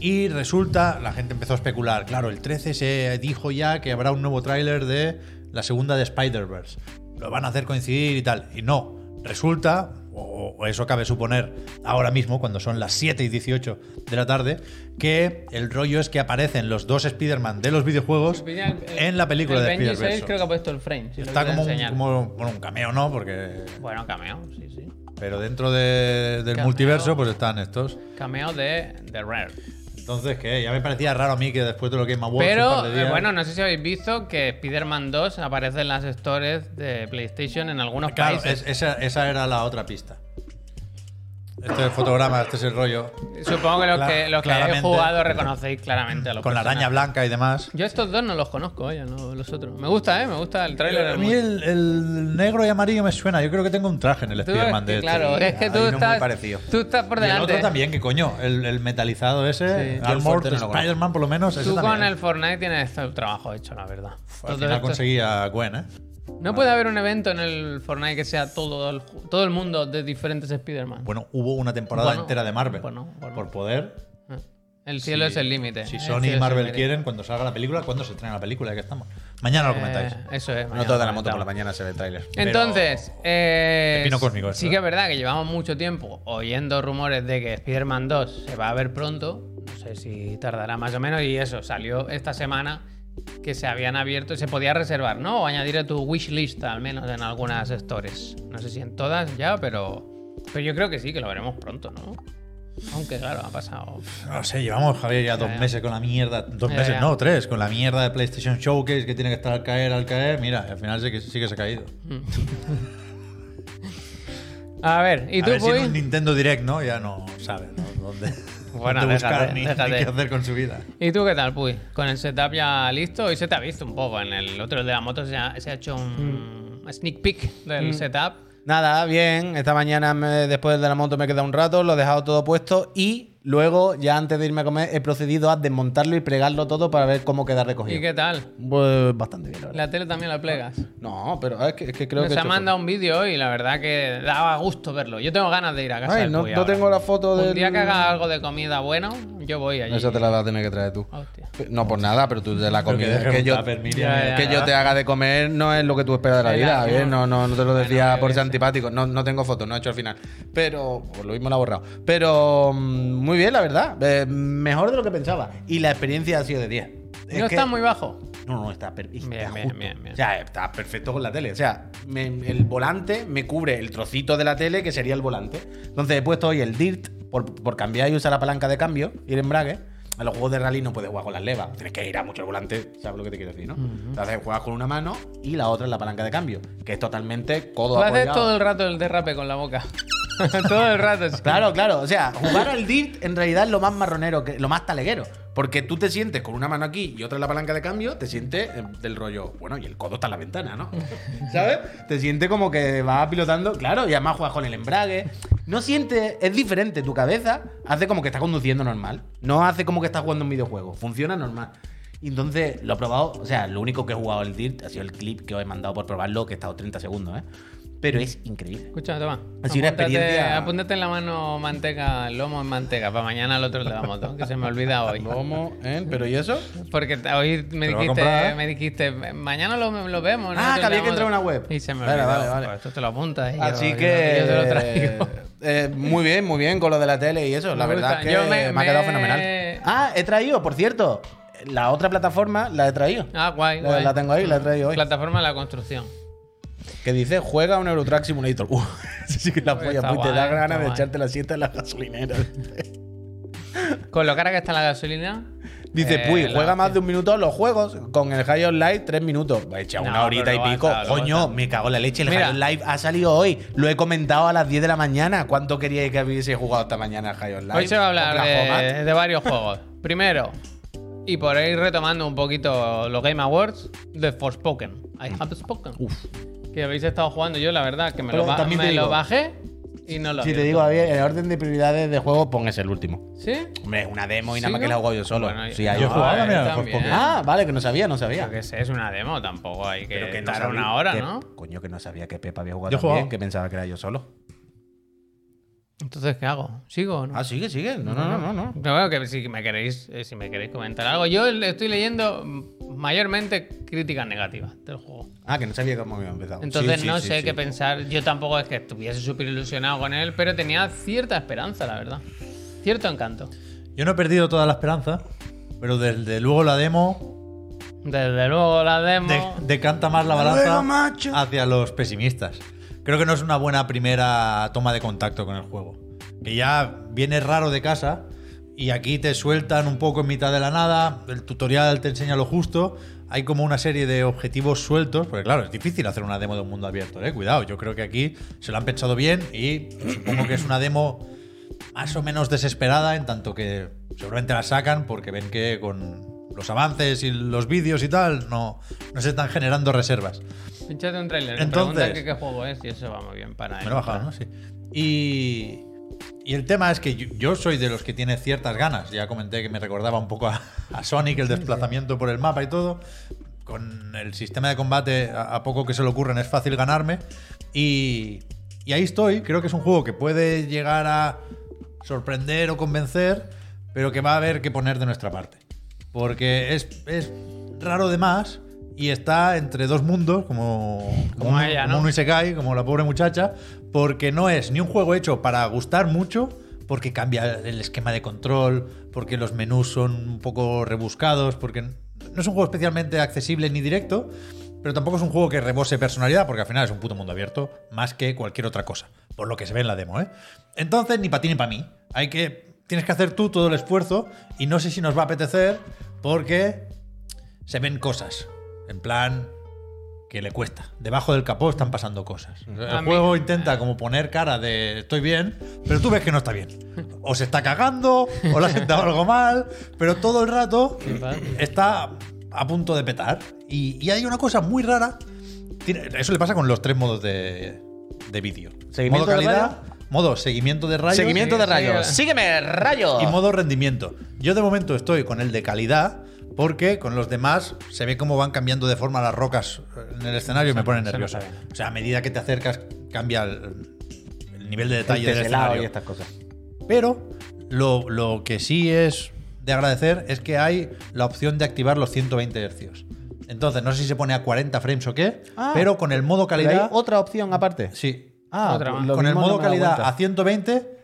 Speaker 3: Y resulta, la gente empezó a especular. Claro, el 13 se dijo ya que habrá un nuevo tráiler de la segunda de Spider-Verse. Lo van a hacer coincidir y tal. Y no, resulta, o o eso cabe suponer ahora mismo, cuando son las 7 y 18 de la tarde, que el rollo es que aparecen los dos Spider-Man de los videojuegos en la película
Speaker 1: el
Speaker 3: de
Speaker 1: Benji 6 creo que
Speaker 3: Spider-Verse.
Speaker 1: ha puesto el frame. si lo
Speaker 3: Está
Speaker 1: quieres
Speaker 3: como un,
Speaker 1: enseñar.
Speaker 3: como- bueno, un cameo, ¿no? Porque.
Speaker 1: Bueno, cameo, sí, sí.
Speaker 3: Pero dentro de- del
Speaker 1: Cameo.
Speaker 3: multiverso, pues están estos.
Speaker 1: Cameo de, de Rare.
Speaker 3: Entonces, ¿qué? Ya me parecía raro a mí que después de lo que me Awards un par
Speaker 1: Pero,
Speaker 3: de
Speaker 1: eh,
Speaker 3: días-
Speaker 1: bueno, no sé si habéis visto que Spider-Man 2 aparece en las stores de PlayStation en algunos
Speaker 3: claro,
Speaker 1: países.
Speaker 3: es- esa, esa era la otra pista. Este es el fotograma, este es el rollo.
Speaker 1: Supongo que los
Speaker 3: Cla-
Speaker 1: que, los que habéis
Speaker 3: claramente.
Speaker 1: jugado reconocéis claramente a los
Speaker 3: Con la araña
Speaker 1: personajes.
Speaker 3: blanca y demás.
Speaker 1: Yo estos dos no los conozco, vaya, no los otros. Me gusta, ¿eh? Me gusta el tráiler.
Speaker 3: A
Speaker 1: del
Speaker 3: mí
Speaker 1: mundo.
Speaker 3: el, el negro y amarillo me suena. Yo creo que tengo un traje en el
Speaker 1: Tú,
Speaker 3: Spider-Man de
Speaker 1: es que,
Speaker 3: este.
Speaker 1: claro, es que
Speaker 2: hay
Speaker 1: tú
Speaker 2: uno muy
Speaker 1: estás,
Speaker 2: parecido.
Speaker 1: tú estás por
Speaker 3: Y el
Speaker 1: delante.
Speaker 3: otro también, que coño, el, el metalizado ese,
Speaker 1: Sí.
Speaker 3: el
Speaker 2: Yo el
Speaker 3: Armored
Speaker 2: fuerte no lo conozco.
Speaker 3: Spider-Man por lo menos, ese
Speaker 1: Tú con
Speaker 3: también. ¿eh?
Speaker 1: el Fortnite tienes todo el trabajo hecho, la verdad.
Speaker 3: Al
Speaker 1: Todo
Speaker 3: final
Speaker 1: esto-
Speaker 3: conseguía Gwen, ¿eh?
Speaker 1: No puede haber un evento en el Fortnite que sea todo el, ju- todo el mundo de diferentes Spider-Man.
Speaker 3: Bueno, hubo una temporada
Speaker 1: Bueno,
Speaker 3: entera de Marvel.
Speaker 1: bueno, bueno.
Speaker 3: Por poder.
Speaker 1: el cielo es el límite.
Speaker 3: Si
Speaker 1: El
Speaker 3: Sony
Speaker 1: cielo
Speaker 3: y
Speaker 1: es el
Speaker 3: Marvel
Speaker 1: límite.
Speaker 3: quieren, cuando salga la película, ¿cuándo se estrena la película? Ya que estamos. Mañana lo comentáis.
Speaker 1: Eh, eso es.
Speaker 2: No
Speaker 1: mañana
Speaker 2: toda la
Speaker 1: lo
Speaker 2: moto por la
Speaker 1: comentamos.
Speaker 2: mañana se ve el tráiler.
Speaker 1: Entonces, eh,
Speaker 3: de pino cósmico, eso,
Speaker 1: sí
Speaker 3: ¿eh?
Speaker 1: que es verdad que llevamos mucho tiempo oyendo rumores de que Spider-Man 2 se va a ver pronto. No sé si tardará más o menos. Y eso, salió esta semana que se habían abierto y se podía reservar, ¿no? O añadir a tu wishlist, al menos en algunas stories. No sé si en todas ya, pero, pero yo creo que sí, que lo veremos pronto, ¿no? Aunque claro, ha pasado.
Speaker 3: No sé, llevamos, Javier, ya dos
Speaker 1: ya.
Speaker 3: meses con la mierda. Dos
Speaker 1: Ya,
Speaker 3: meses,
Speaker 1: ya.
Speaker 3: no, tres. Con la mierda de PlayStation Showcase que tiene que estar al caer, al caer. Mira, al final sí que, sí que se ha caído.
Speaker 1: A ver, ¿y
Speaker 3: A
Speaker 1: tú,
Speaker 3: ver si en
Speaker 1: Puy?
Speaker 3: un Nintendo Direct, ¿no? Ya no sabe ¿no? dónde,
Speaker 1: Bueno,
Speaker 3: dónde
Speaker 1: déjate,
Speaker 3: buscar ni, ni
Speaker 1: déjate.
Speaker 3: qué hacer con su vida.
Speaker 1: ¿Y tú qué tal, Puy? Con el setup ya listo, hoy se te ha visto un poco. En el otro de la moto se ha, se ha hecho un
Speaker 2: Mm.
Speaker 1: sneak peek del setup.
Speaker 2: Nada, bien. Esta mañana me- después de la moto me he quedado un rato, lo he dejado todo puesto y luego, ya antes de irme a comer, he procedido a desmontarlo y pregarlo todo para ver cómo queda recogido.
Speaker 1: ¿Y qué tal?
Speaker 2: Pues bastante bien, la verdad.
Speaker 1: La tele también la plegas.
Speaker 2: No, pero es que, es que creo que.
Speaker 1: Nos
Speaker 2: he
Speaker 1: ha
Speaker 2: hecho
Speaker 1: mandado un vídeo y la verdad que daba gusto verlo. Yo tengo ganas de ir a casa.
Speaker 2: Ay,
Speaker 1: del
Speaker 2: no-
Speaker 1: Puy
Speaker 2: no
Speaker 1: ahora.
Speaker 2: tengo la foto
Speaker 1: Un
Speaker 2: del-
Speaker 1: día que haga algo de comida bueno, yo voy allí.
Speaker 2: foto. Esa te la vas a tener que traer tú.
Speaker 1: Hostia.
Speaker 2: No por nada, pero tú te la
Speaker 3: Porque
Speaker 2: comida.
Speaker 3: deje
Speaker 2: Que
Speaker 3: un
Speaker 2: yo,
Speaker 3: tupper,
Speaker 2: que
Speaker 3: Miriam,
Speaker 1: Ya,
Speaker 3: eh.
Speaker 1: ya.
Speaker 2: yo te haga de comer no es lo que tú esperas de la
Speaker 1: Sí,
Speaker 2: vida.
Speaker 1: claro,
Speaker 2: ¿bien?
Speaker 1: no.
Speaker 2: No, no, no te lo decía
Speaker 1: Bueno,
Speaker 2: por ser
Speaker 1: yo
Speaker 2: antipático. No, no tengo fotos, no he hecho al final. Pero pues lo mismo la he borrado. Pero mm, muy bien, la verdad. Eh, mejor de lo que pensaba. Y la experiencia ha sido de 10. Es
Speaker 1: No
Speaker 2: que-
Speaker 1: está muy bajo.
Speaker 2: No, no, está, per- está
Speaker 1: Bien, bien,
Speaker 2: justo.
Speaker 1: bien, bien.
Speaker 2: O sea, está perfecto con la tele. O sea, me- el volante me cubre el trocito de la tele que sería el volante. Entonces he puesto hoy el DIRT por, por cambiar y usar la palanca de cambio y el embrague. A los juegos de rally no puedes jugar con las levas. Tienes que girar mucho el volante, ¿sabes lo que te quiero decir, no? Entonces juegas con una mano y la otra es la palanca de cambio, que es totalmente codo
Speaker 1: Tú haces
Speaker 2: apoyado.
Speaker 1: todo el rato el derrape con la boca. todo el rato. sí.
Speaker 2: Claro, claro. O sea, jugar al DIRT en realidad es lo más marronero, que, lo más taleguero. Porque tú te sientes con una mano aquí y otra en la palanca de cambio, te sientes eh, del rollo, bueno, y el codo está en la ventana, ¿no? ¿Sabes? Te sientes como que vas pilotando, claro, y además juegas con el embrague. No sientes, es diferente. Tu cabeza hace como que está conduciendo normal. No hace como que está jugando un videojuego. Funciona normal. Y entonces lo he probado, o sea, lo único que he jugado el DIRT ha sido el clip que os he mandado por probarlo, que he estado 30 segundos, ¿eh? Pero es increíble.
Speaker 1: Escucha, toma.
Speaker 2: Ha sido una
Speaker 1: Apúntate-
Speaker 2: experiencia-
Speaker 1: Apúntate en la mano manteca, el lomo en manteca, para mañana el otro de la moto, que se me olvida hoy.
Speaker 2: ¿Cómo? ¿Eh? ¿Pero y eso?
Speaker 1: Porque t- hoy me
Speaker 3: ¿Te lo va a
Speaker 1: dijiste,
Speaker 3: comprar?
Speaker 1: me dijiste, mañana lo, lo vemos.
Speaker 2: ¿eh? Ah, que había
Speaker 1: Hablamos
Speaker 2: que entrar a una
Speaker 1: de-
Speaker 2: web.
Speaker 1: Y se me
Speaker 2: Vale,
Speaker 1: olvidó.
Speaker 2: vale, vale.
Speaker 1: Pues esto te lo apuntas. y yo-
Speaker 2: Así
Speaker 1: yo-
Speaker 2: que.
Speaker 1: Yo, te lo traigo.
Speaker 2: eh, muy bien, muy bien con lo de la tele y eso. La
Speaker 1: Me
Speaker 2: verdad
Speaker 1: gusta.
Speaker 2: es que
Speaker 1: Yo me-
Speaker 2: me, ha quedado
Speaker 1: me-
Speaker 2: fenomenal. Ah, he traído, por cierto. La otra plataforma la he traído.
Speaker 1: Ah, guay,
Speaker 2: La-
Speaker 1: guay.
Speaker 2: la tengo ahí, la he traído hoy.
Speaker 1: Plataforma de la construcción.
Speaker 2: Que dice, juega un Eurotrack Simulator. Uh, eso sí que la
Speaker 1: Pues
Speaker 2: polla,
Speaker 1: está
Speaker 2: pues te
Speaker 1: guay,
Speaker 2: da
Speaker 1: está
Speaker 2: ganas de
Speaker 1: guay.
Speaker 2: echarte la siesta en la gasolinera.
Speaker 1: Con lo cara que está la gasolina.
Speaker 2: Dice,
Speaker 1: eh,
Speaker 2: puy,
Speaker 1: la
Speaker 2: juega más
Speaker 1: hostia.
Speaker 2: de un minuto los juegos con el High on Live, tres minutos. Va a echar
Speaker 1: No,
Speaker 2: una horita
Speaker 1: pero
Speaker 2: y
Speaker 1: lo va a
Speaker 2: pico.
Speaker 1: estar, lo va a
Speaker 2: Coño,
Speaker 1: estar.
Speaker 2: me cago en la leche. El
Speaker 1: Mira.
Speaker 2: High on Live ha salido hoy. Lo he comentado a las 10 de la mañana. ¿Cuánto queríais que hubiese jugado esta mañana el High on Live?
Speaker 1: Hoy se va a hablar
Speaker 2: Oklahoma.
Speaker 1: de, de varios juegos. Primero, y por ahí retomando un poquito los Game Awards, de Forspoken. I have spoken. Que habéis estado jugando yo, la verdad, que me,
Speaker 2: Pero
Speaker 1: lo, ba-
Speaker 2: también te
Speaker 1: me lo
Speaker 2: digo-
Speaker 1: bajé y no lo
Speaker 2: Si te
Speaker 1: abierto.
Speaker 2: digo, Javier, el orden de prioridades de juego, pon ese el último.
Speaker 1: ¿Sí?
Speaker 2: Hombre, es una demo y nada
Speaker 1: ¿Sí,
Speaker 2: más
Speaker 1: no?
Speaker 2: que la he jugado yo solo.
Speaker 1: Bueno,
Speaker 2: Sí,
Speaker 1: yo-
Speaker 2: ahí
Speaker 3: Yo
Speaker 2: va.
Speaker 3: jugaba,
Speaker 1: eh,
Speaker 3: mira,
Speaker 1: también.
Speaker 3: por poco.
Speaker 2: Ah, vale, que no sabía, no
Speaker 1: Yo
Speaker 2: sabía.
Speaker 1: que sé, es una demo, tampoco hay que,
Speaker 2: Pero que no
Speaker 1: estar
Speaker 2: sabía
Speaker 1: una hora,
Speaker 2: que-
Speaker 1: ¿no?
Speaker 2: Coño, que no sabía que Pepa había jugado
Speaker 3: Yo he
Speaker 2: también,
Speaker 3: jugado.
Speaker 2: que pensaba que era yo solo.
Speaker 1: Entonces, ¿qué hago? ¿Sigo o no?
Speaker 2: Ah, sigue, sigue. No, no, no, no. no.
Speaker 1: No, bueno, que si me queréis, eh, si me queréis comentar algo. Yo le estoy leyendo mm, mayormente críticas negativas del juego.
Speaker 2: Ah, que no sabía cómo había empezado.
Speaker 1: Entonces
Speaker 2: Sí, sí,
Speaker 1: no
Speaker 2: sí,
Speaker 1: sé
Speaker 2: sí.
Speaker 1: qué pensar. Yo tampoco es que estuviese súper ilusionado con él, pero tenía cierta esperanza, la verdad. Cierto encanto.
Speaker 3: Yo no he perdido toda la esperanza, pero desde luego la demo
Speaker 1: Desde luego la
Speaker 3: de-
Speaker 1: demo.
Speaker 3: decanta más la
Speaker 2: Hasta luego,
Speaker 3: balanza
Speaker 2: macho.
Speaker 3: hacia los pesimistas. Creo que no es una buena primera toma de contacto con el juego. Que ya vienes raro de casa y aquí te sueltan un poco en mitad de la nada, el tutorial te enseña lo justo, hay como una serie de objetivos sueltos, porque claro, es difícil hacer una demo de un mundo abierto, ¿eh? cuidado, yo creo que aquí se lo han pensado bien y supongo que es una demo más o menos desesperada, en tanto que seguramente la sacan porque ven que con los avances y los vídeos y tal no, no se están generando reservas.
Speaker 1: Pinchate un trailer.
Speaker 3: Entonces-
Speaker 1: Entonces, que qué juego es y eso va muy bien para
Speaker 3: Me lo he bajado, ¿no? Sí. Y, y el tema es que yo, yo soy de los que tiene ciertas ganas. Ya comenté que me recordaba un poco a, a Sonic, el desplazamiento por el mapa y todo. Con el sistema de combate, a, a poco que se le ocurren, es fácil ganarme. Y, y ahí estoy. Creo que es un juego que puede llegar a sorprender o convencer, pero que va a haber que poner de nuestra parte. Porque es, es raro de más y está entre dos mundos, como,
Speaker 1: Como
Speaker 3: un-
Speaker 1: ella,
Speaker 3: como
Speaker 1: ¿no?
Speaker 3: un Isekai, como la pobre muchacha, porque no es ni un juego hecho para gustar mucho, porque cambia el esquema de control, porque los menús son un poco rebuscados, porque no es un juego especialmente accesible ni directo, pero tampoco es un juego que rebose personalidad, porque al final es un puto mundo abierto, más que cualquier otra cosa, por lo que se ve en la demo, ¿eh? Entonces, ni para ti ni para mí. Hay que. Tienes que hacer tú todo el esfuerzo, y no sé si nos va a apetecer, porque se ven cosas. En plan, que le cuesta. Debajo del capó están pasando cosas. El
Speaker 1: A mí-
Speaker 3: juego intenta como poner cara de estoy bien, pero tú ves que no está bien. O se está cagando, o le ha sentado algo mal, pero todo el rato
Speaker 1: pasa?
Speaker 3: está a punto de petar. Y, y hay una cosa muy rara. Tiene- eso le pasa con los tres modos de, de vídeo.
Speaker 2: ¿Seguimiento
Speaker 3: modo
Speaker 2: de
Speaker 3: calidad, modo seguimiento de rayos
Speaker 2: Seguimiento de
Speaker 1: sí,
Speaker 2: rayos.
Speaker 1: sí.
Speaker 2: Sígueme, rayos.
Speaker 3: y modo rendimiento. Yo de momento estoy con el de calidad porque con los demás se ve cómo van cambiando de forma las rocas eh, en el escenario y me pone
Speaker 1: se
Speaker 3: nervioso.
Speaker 1: nota bien.
Speaker 3: O sea, a medida que te acercas cambia el, el nivel de detalle
Speaker 2: El
Speaker 3: del
Speaker 2: teselado
Speaker 3: escenario.
Speaker 2: y estas cosas.
Speaker 3: Pero lo, lo que sí es de agradecer es que hay la opción de activar los 120 hercios. Entonces, no sé si se pone a 40 frames o qué,
Speaker 2: Ah.
Speaker 3: pero con el modo
Speaker 2: Pero hay
Speaker 3: calidad...
Speaker 2: otra opción aparte.
Speaker 3: Sí,
Speaker 2: Ah,
Speaker 1: Otra más.
Speaker 2: lo
Speaker 3: con el
Speaker 2: mismo
Speaker 3: modo
Speaker 2: no me he
Speaker 3: calidad
Speaker 2: dado cuenta.
Speaker 3: a 120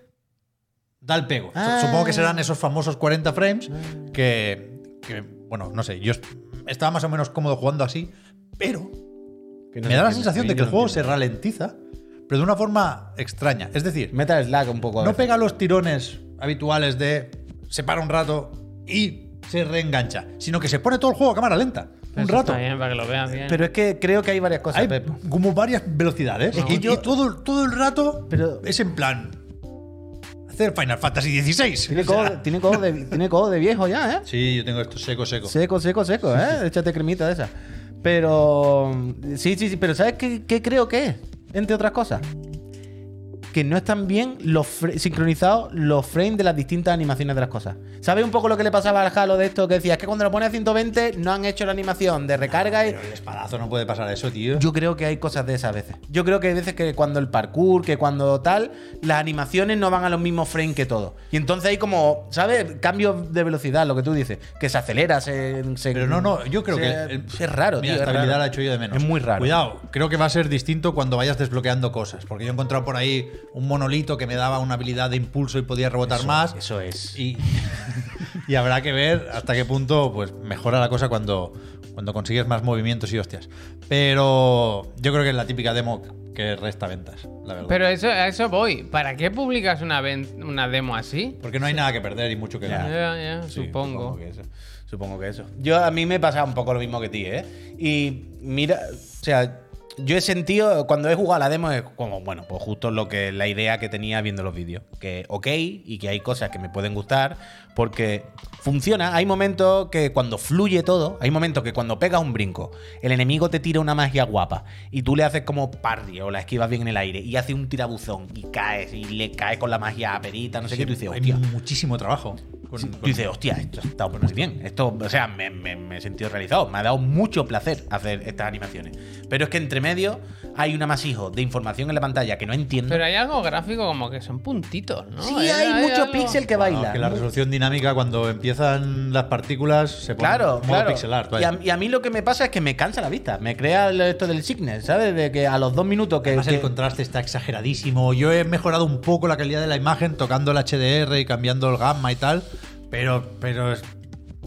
Speaker 3: da el pego.
Speaker 2: Ah.
Speaker 3: Supongo que serán esos famosos 40 frames que, que, bueno, no sé, yo est- estaba más o menos cómodo jugando así, pero
Speaker 2: Que no
Speaker 3: me da la
Speaker 2: entiendo,
Speaker 3: sensación
Speaker 2: ahí
Speaker 3: de que
Speaker 2: no
Speaker 3: el juego se
Speaker 2: entiendo.
Speaker 3: ralentiza, pero de una forma extraña. Es decir,
Speaker 2: Metal Slack un poco. a
Speaker 3: no
Speaker 2: veces.
Speaker 3: pega los tirones habituales de se para un rato y se reengancha, sino que se pone todo el juego a cámara lenta. Un
Speaker 1: Eso
Speaker 3: rato.
Speaker 1: Está bien, para que lo veas bien.
Speaker 2: Pero es que creo que hay varias cosas,
Speaker 3: Hay
Speaker 2: Pep.
Speaker 3: como varias velocidades.
Speaker 2: Es que
Speaker 3: y,
Speaker 2: yo-
Speaker 3: y todo, todo el rato
Speaker 2: Pero-
Speaker 3: es en plan. Hacer Final Fantasy XVI.
Speaker 2: Tiene
Speaker 3: O sea,
Speaker 2: codo, tiene codo de, tiene codo de viejo ya, ¿eh?
Speaker 3: Sí, yo tengo esto seco, seco.
Speaker 2: Seco, seco, seco, ¿eh? Échate cremita de esa. Pero. mm, Sí, sí, sí. Pero ¿sabes qué, qué creo que es? Entre otras cosas. Que no están bien los fr- sincronizados los frames de las distintas animaciones de las cosas. ¿Sabes un poco lo que le pasaba al Halo de esto? Que decía, es que cuando lo pones a 120 no han hecho la animación de recarga y.
Speaker 3: Pero el espadazo no puede pasar eso, tío.
Speaker 2: Yo creo que hay cosas de esas a veces. Yo creo que hay veces que cuando el parkour, que cuando tal, las animaciones no van a los mismos frames que todo. Y entonces hay como, ¿sabes? Cambios de velocidad, lo que tú dices. Que se acelera, se. se-
Speaker 3: Pero no, no, yo creo
Speaker 2: se-
Speaker 3: que. el-
Speaker 2: es raro,
Speaker 3: Mira,
Speaker 2: tío. es
Speaker 3: estabilidad
Speaker 2: raro.
Speaker 3: la he hecho yo de menos.
Speaker 2: Es muy raro.
Speaker 3: Cuidado, creo que va a ser distinto cuando vayas desbloqueando cosas. Porque yo he encontrado por ahí un monolito que me daba una habilidad de impulso y podía rebotar más.
Speaker 2: Eso es.
Speaker 3: Y, y habrá que ver hasta qué punto pues, mejora la cosa cuando, cuando consigues más movimientos y hostias. Pero yo creo que es la típica demo que resta ventas, la verdad.
Speaker 1: Pero eso, a eso voy. ¿Para qué publicas una, ven- una demo así?
Speaker 3: Porque no hay nada que perder y mucho que
Speaker 1: Ya,
Speaker 3: ganar.
Speaker 1: ya,
Speaker 2: Sí, pues,
Speaker 1: supongo.
Speaker 2: que eso. Supongo que eso. Yo a mí me pasa un poco lo mismo que ti, ¿eh? Y mira, o sea, yo he sentido, cuando he jugado a la demo, es como, bueno, pues justo lo que la idea que tenía viendo los vídeos. Que ok, y que hay cosas que me pueden gustar, porque funciona. Hay momentos que cuando fluye todo, hay momentos que cuando pegas un brinco, el enemigo te tira una magia guapa y tú le haces como parry o la esquivas bien en el aire y hace un tirabuzón y caes y le caes con la magia a perita, no sé qué, y tú dices,
Speaker 3: hay
Speaker 2: hostia.
Speaker 3: muchísimo trabajo. con-
Speaker 2: Sí,
Speaker 3: con-
Speaker 2: tú dices, hostia, esto está muy bien. Esto, o sea, me, me- me he sentido realizado. Me ha dado mucho placer hacer estas animaciones. Pero es que entre medio hay un amasijo de información en la pantalla que no entiendo.
Speaker 1: Pero hay algo gráfico como que son puntitos, ¿no?
Speaker 2: sí,
Speaker 1: Eh,
Speaker 2: hay, mucho
Speaker 1: algo-
Speaker 2: píxel que
Speaker 3: Bueno,
Speaker 2: baila.
Speaker 3: que la resolución dinámica cuando empiezan las partículas se pone
Speaker 2: Claro,
Speaker 3: modo
Speaker 2: claro.
Speaker 3: pixel art,
Speaker 2: y,
Speaker 3: vaya.
Speaker 2: a, y a mí lo que me pasa es que me cansa la vista. Me crea el- esto del sickness, ¿sabes? De que a los dos minutos que.
Speaker 3: Además, el
Speaker 2: que-
Speaker 3: contraste está exageradísimo. Yo he mejorado un poco la calidad de la imagen tocando el HDR y cambiando el gamma y tal, pero, pero es-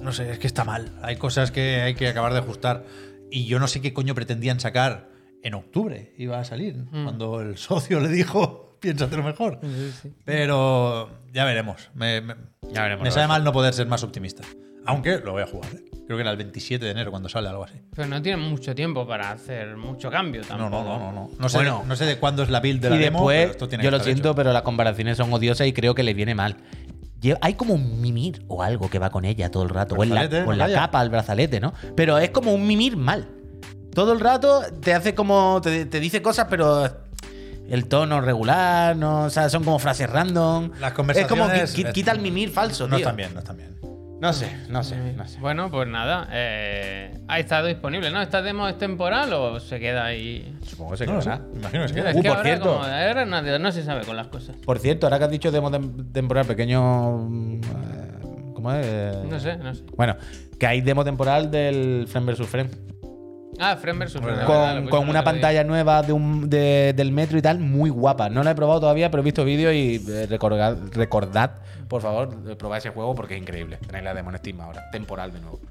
Speaker 3: no sé, es que está mal. Hay cosas que hay que acabar de ajustar. Y yo no sé qué coño pretendían sacar en octubre. Iba a salir
Speaker 2: Mm.
Speaker 3: cuando el socio le dijo, piénsatelo mejor.
Speaker 1: Sí, sí.
Speaker 3: Pero ya veremos. Me, me-
Speaker 2: Ya veremos,
Speaker 3: me
Speaker 2: lo
Speaker 3: sabe
Speaker 2: veremos.
Speaker 3: mal no poder ser más optimista. Aunque lo voy a jugar. ¿eh? Creo que era el 27 de enero cuando sale, algo así.
Speaker 1: Pero no tienen mucho tiempo para hacer mucho cambio
Speaker 3: No,
Speaker 1: tampoco.
Speaker 3: no, no, no. No, no, sé,
Speaker 2: Bueno.
Speaker 3: no sé de cuándo es la build de la
Speaker 2: y
Speaker 3: demo,
Speaker 2: después,
Speaker 3: pero esto tiene
Speaker 2: yo
Speaker 3: que
Speaker 2: lo
Speaker 3: estar
Speaker 2: siento,
Speaker 3: hecho.
Speaker 2: pero las comparaciones son odiosas y creo que le viene mal. Lle- Hay como un mimir o algo que va con ella todo el rato, o en la,
Speaker 3: Brazalete,
Speaker 2: o en la
Speaker 3: vaya.
Speaker 2: capa, el brazalete, ¿no? Pero es como un mimir mal. Todo el rato te hace como. te, te dice cosas, pero. El tono regular, no, o sea, son como frases random.
Speaker 3: Las
Speaker 2: es como qui-
Speaker 3: conversaciones-
Speaker 2: qui- quita el mimir falso,
Speaker 3: No
Speaker 2: tío.
Speaker 3: están bien, no están bien.
Speaker 2: No sé, no sé,
Speaker 3: Mm.
Speaker 2: no sé.
Speaker 1: Bueno, pues nada, eh, ha estado disponible, ¿no? ¿Esta demo es temporal o se queda ahí?
Speaker 2: Supongo que se
Speaker 3: No lo sé,
Speaker 2: quedará.
Speaker 3: imagino que se
Speaker 1: Mira,
Speaker 3: queda.
Speaker 1: es
Speaker 2: Uh,
Speaker 1: que
Speaker 2: por
Speaker 1: ahora
Speaker 2: cierto.
Speaker 1: como- ahora no, no se sabe con las cosas.
Speaker 2: Por cierto, ahora que has dicho demo tem- temporal, pequeño. mm, eh, ¿Cómo es?
Speaker 1: No sé, no sé.
Speaker 2: Bueno, que hay demo temporal del Frame vs Frame.
Speaker 1: Ah, Frame vs. Frame, la verdad, lo
Speaker 2: Con,
Speaker 1: he visto el
Speaker 2: con una
Speaker 1: otro día.
Speaker 2: pantalla nueva de un, de- del metro y tal, muy guapa. No la he probado todavía, pero he visto vídeos y eh, recordad, recordad, por favor, eh, probad ese juego porque es increíble. Tenéis la demo en Steam ahora, temporal de nuevo.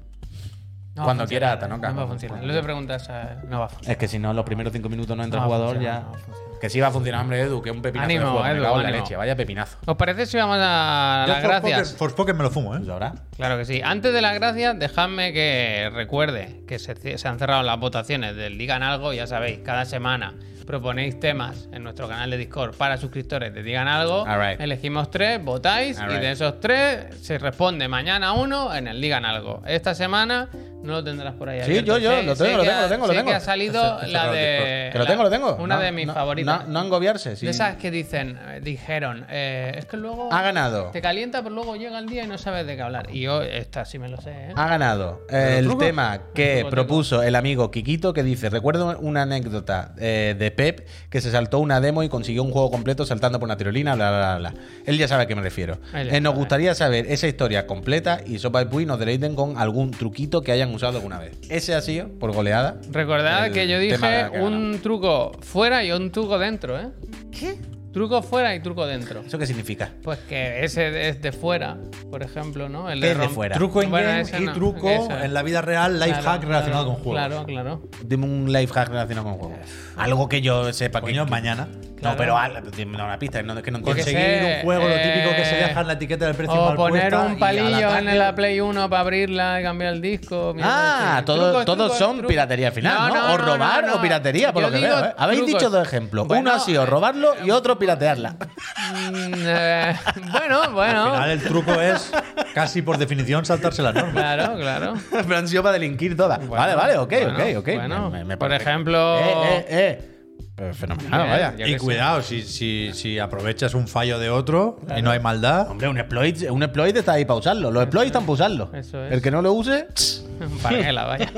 Speaker 1: No va a
Speaker 2: Cuando
Speaker 1: funcionar,
Speaker 2: quiera, Tanoka.
Speaker 1: No va a funcionar. Lo te preguntas a... No va a funcionar.
Speaker 2: Es que si no, los primeros cinco minutos no entra
Speaker 1: No
Speaker 2: el
Speaker 1: va a
Speaker 2: jugador
Speaker 1: funcionar,
Speaker 2: ya.
Speaker 1: no va a funcionar.
Speaker 2: que sí va a funcionar, hombre, Edu, que es un pepinazo. de
Speaker 1: Ánimo,
Speaker 2: juego, me
Speaker 1: Edu,
Speaker 2: cago en la
Speaker 1: ánimo.
Speaker 2: leche, vaya pepinazo.
Speaker 1: ¿Os parece si vamos a
Speaker 3: Yo
Speaker 1: las gracias?
Speaker 3: Forspoken- Forspoken me lo fumo, ¿eh?
Speaker 2: Pues ahora,
Speaker 1: Claro que sí. Antes de las gracias, dejadme que recuerde que se, se han cerrado las votaciones del Digan Algo, ya sabéis, cada semana proponéis temas en nuestro canal de Discord para suscriptores de Digan Algo.
Speaker 2: Alright.
Speaker 1: Elegimos tres, votáis
Speaker 2: Alright.
Speaker 1: y de esos tres se responde mañana uno en el Digan Algo. Esta semana no lo tendrás por ahí.
Speaker 2: Sí, yo- yo, lo
Speaker 1: sé
Speaker 2: tengo, lo
Speaker 1: que
Speaker 2: tengo,
Speaker 1: ha-
Speaker 2: lo tengo, lo
Speaker 1: sé
Speaker 2: tengo.
Speaker 1: que ha salido
Speaker 3: Está
Speaker 1: la
Speaker 3: cerrado el
Speaker 1: de...
Speaker 3: Discord.
Speaker 2: que lo tengo,
Speaker 1: Eh, la-
Speaker 2: lo tengo.
Speaker 1: Una
Speaker 2: No-
Speaker 1: de mis
Speaker 2: no-
Speaker 1: favoritas.
Speaker 2: No, no engobiarse, sí.
Speaker 1: De esas que dicen, eh, dijeron, eh, es que luego...
Speaker 2: Ha ganado.
Speaker 1: Te calienta, pero luego llega el día y no sabes de qué hablar. Y yo, esta sí me lo sé, ¿eh?
Speaker 2: Ha ganado el
Speaker 3: truco?
Speaker 2: tema que
Speaker 1: truco,
Speaker 2: propuso el amigo Kikito que dice, recuerdo una anécdota eh, de Pep que se saltó una demo y consiguió un juego completo saltando por una tirolina, bla, bla, bla. bla. Él ya sabe a qué me refiero.
Speaker 1: Él ya
Speaker 2: Eh, nos
Speaker 1: sabe.
Speaker 2: gustaría saber esa historia completa y Sopa y Puy nos deleiten con algún truquito que hayan usado alguna vez. Ese ha sido, por goleada.
Speaker 1: Recordad
Speaker 2: el
Speaker 1: que yo
Speaker 2: tema que ha
Speaker 1: dije
Speaker 2: ganado.
Speaker 1: un truco fuera y un truco dentro, ¿eh?
Speaker 2: ¿Qué?
Speaker 1: Truco fuera y truco dentro.
Speaker 2: ¿Eso qué significa?
Speaker 1: Pues que ese es de fuera, por ejemplo, ¿no? El
Speaker 2: ¿Qué es de
Speaker 1: rom-
Speaker 2: fuera?
Speaker 3: Truco en
Speaker 1: Bueno, ese
Speaker 3: game y
Speaker 1: no,
Speaker 3: truco
Speaker 1: ese.
Speaker 3: en la vida real, life
Speaker 1: Claro,
Speaker 3: hack relacionado
Speaker 1: claro,
Speaker 3: con juegos.
Speaker 1: Claro, claro.
Speaker 2: Dime un life hack relacionado con juegos. Algo que yo sepa
Speaker 3: Coño,
Speaker 2: que...
Speaker 3: mañana.
Speaker 1: Claro.
Speaker 2: No, pero al- dime una pista, no, es que no
Speaker 1: Yo qué
Speaker 2: encuentro.
Speaker 1: sé,
Speaker 3: Conseguir un juego, lo típico que se
Speaker 1: eh,
Speaker 3: deja en la etiqueta del precio
Speaker 1: O poner un palillo en la Play 1 para abrirla y cambiar el disco. mierda,
Speaker 2: Ah,
Speaker 1: sí.
Speaker 2: todo-
Speaker 1: Trucos,
Speaker 2: todos
Speaker 1: trucos,
Speaker 2: son
Speaker 1: trucos.
Speaker 2: piratería al final, ¿no? o robar
Speaker 1: no, no.
Speaker 2: o piratería, por
Speaker 1: Yo
Speaker 2: lo que
Speaker 1: digo
Speaker 2: veo. ¿eh? Habéis
Speaker 1: trucos.
Speaker 2: dicho dos ejemplos. Uno
Speaker 1: Bueno,
Speaker 2: ha sido robarlo y otro piratearla.
Speaker 1: mm, eh, bueno,
Speaker 3: Al final
Speaker 1: bueno.
Speaker 3: el truco es, casi por definición, saltarse las normas.
Speaker 1: Claro, claro.
Speaker 2: Pero han sido para delinquir todas.
Speaker 1: Bueno,
Speaker 2: vale, vale, ok,
Speaker 1: bueno,
Speaker 2: ok, ok.
Speaker 1: bueno. por
Speaker 2: parece-
Speaker 1: ejemplo,
Speaker 2: Eh, eh, eh. Pero fenomenal,
Speaker 1: Eh,
Speaker 2: vaya.
Speaker 1: yo
Speaker 3: y
Speaker 1: qué sé.
Speaker 3: cuidado, si, si, si aprovechas un fallo de otro y no hay maldad,
Speaker 2: Hombre, un exploit, un exploit está ahí para usarlo. Los exploits están para usarlo.
Speaker 1: Eso es.
Speaker 2: El que no lo use, eh.
Speaker 1: Parguela, vaya.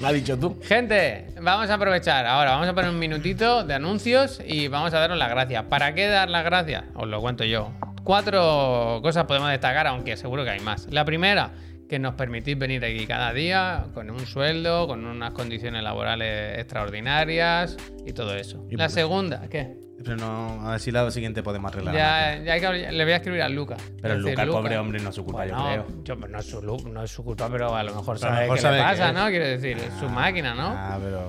Speaker 2: lo ha dicho tú.
Speaker 1: Gente, vamos a aprovechar. Ahora vamos a poner un minutito de anuncios y vamos a daros las gracias. ¿Para qué dar las gracias? Os lo cuento yo. Cuatro cosas podemos destacar, aunque seguro que hay más. La primera, que nos permitís venir aquí cada día con un sueldo, con unas condiciones laborales extraordinarias y todo eso.
Speaker 2: Y
Speaker 1: La
Speaker 2: por-
Speaker 1: segunda, ¿qué?
Speaker 2: Pero no, a ver si la siguiente podemos arreglar.
Speaker 1: Ya, eh, ya hay que- le voy a escribir a Lucas.
Speaker 2: Pero
Speaker 1: Decir,
Speaker 2: Lucas,
Speaker 1: "Lucas,
Speaker 2: pobre hombre, no es su culpa, yo
Speaker 1: no,
Speaker 2: creo.
Speaker 1: yo- no, es su, lu- no es su culpa, pero a lo mejor
Speaker 3: Pero a lo
Speaker 1: sabe
Speaker 3: mejor
Speaker 1: qué
Speaker 3: sabe
Speaker 1: le
Speaker 3: qué
Speaker 1: pasa,
Speaker 3: es.
Speaker 1: ¿no? Quiero decir, es su máquina, ¿no?
Speaker 2: Ah, pero.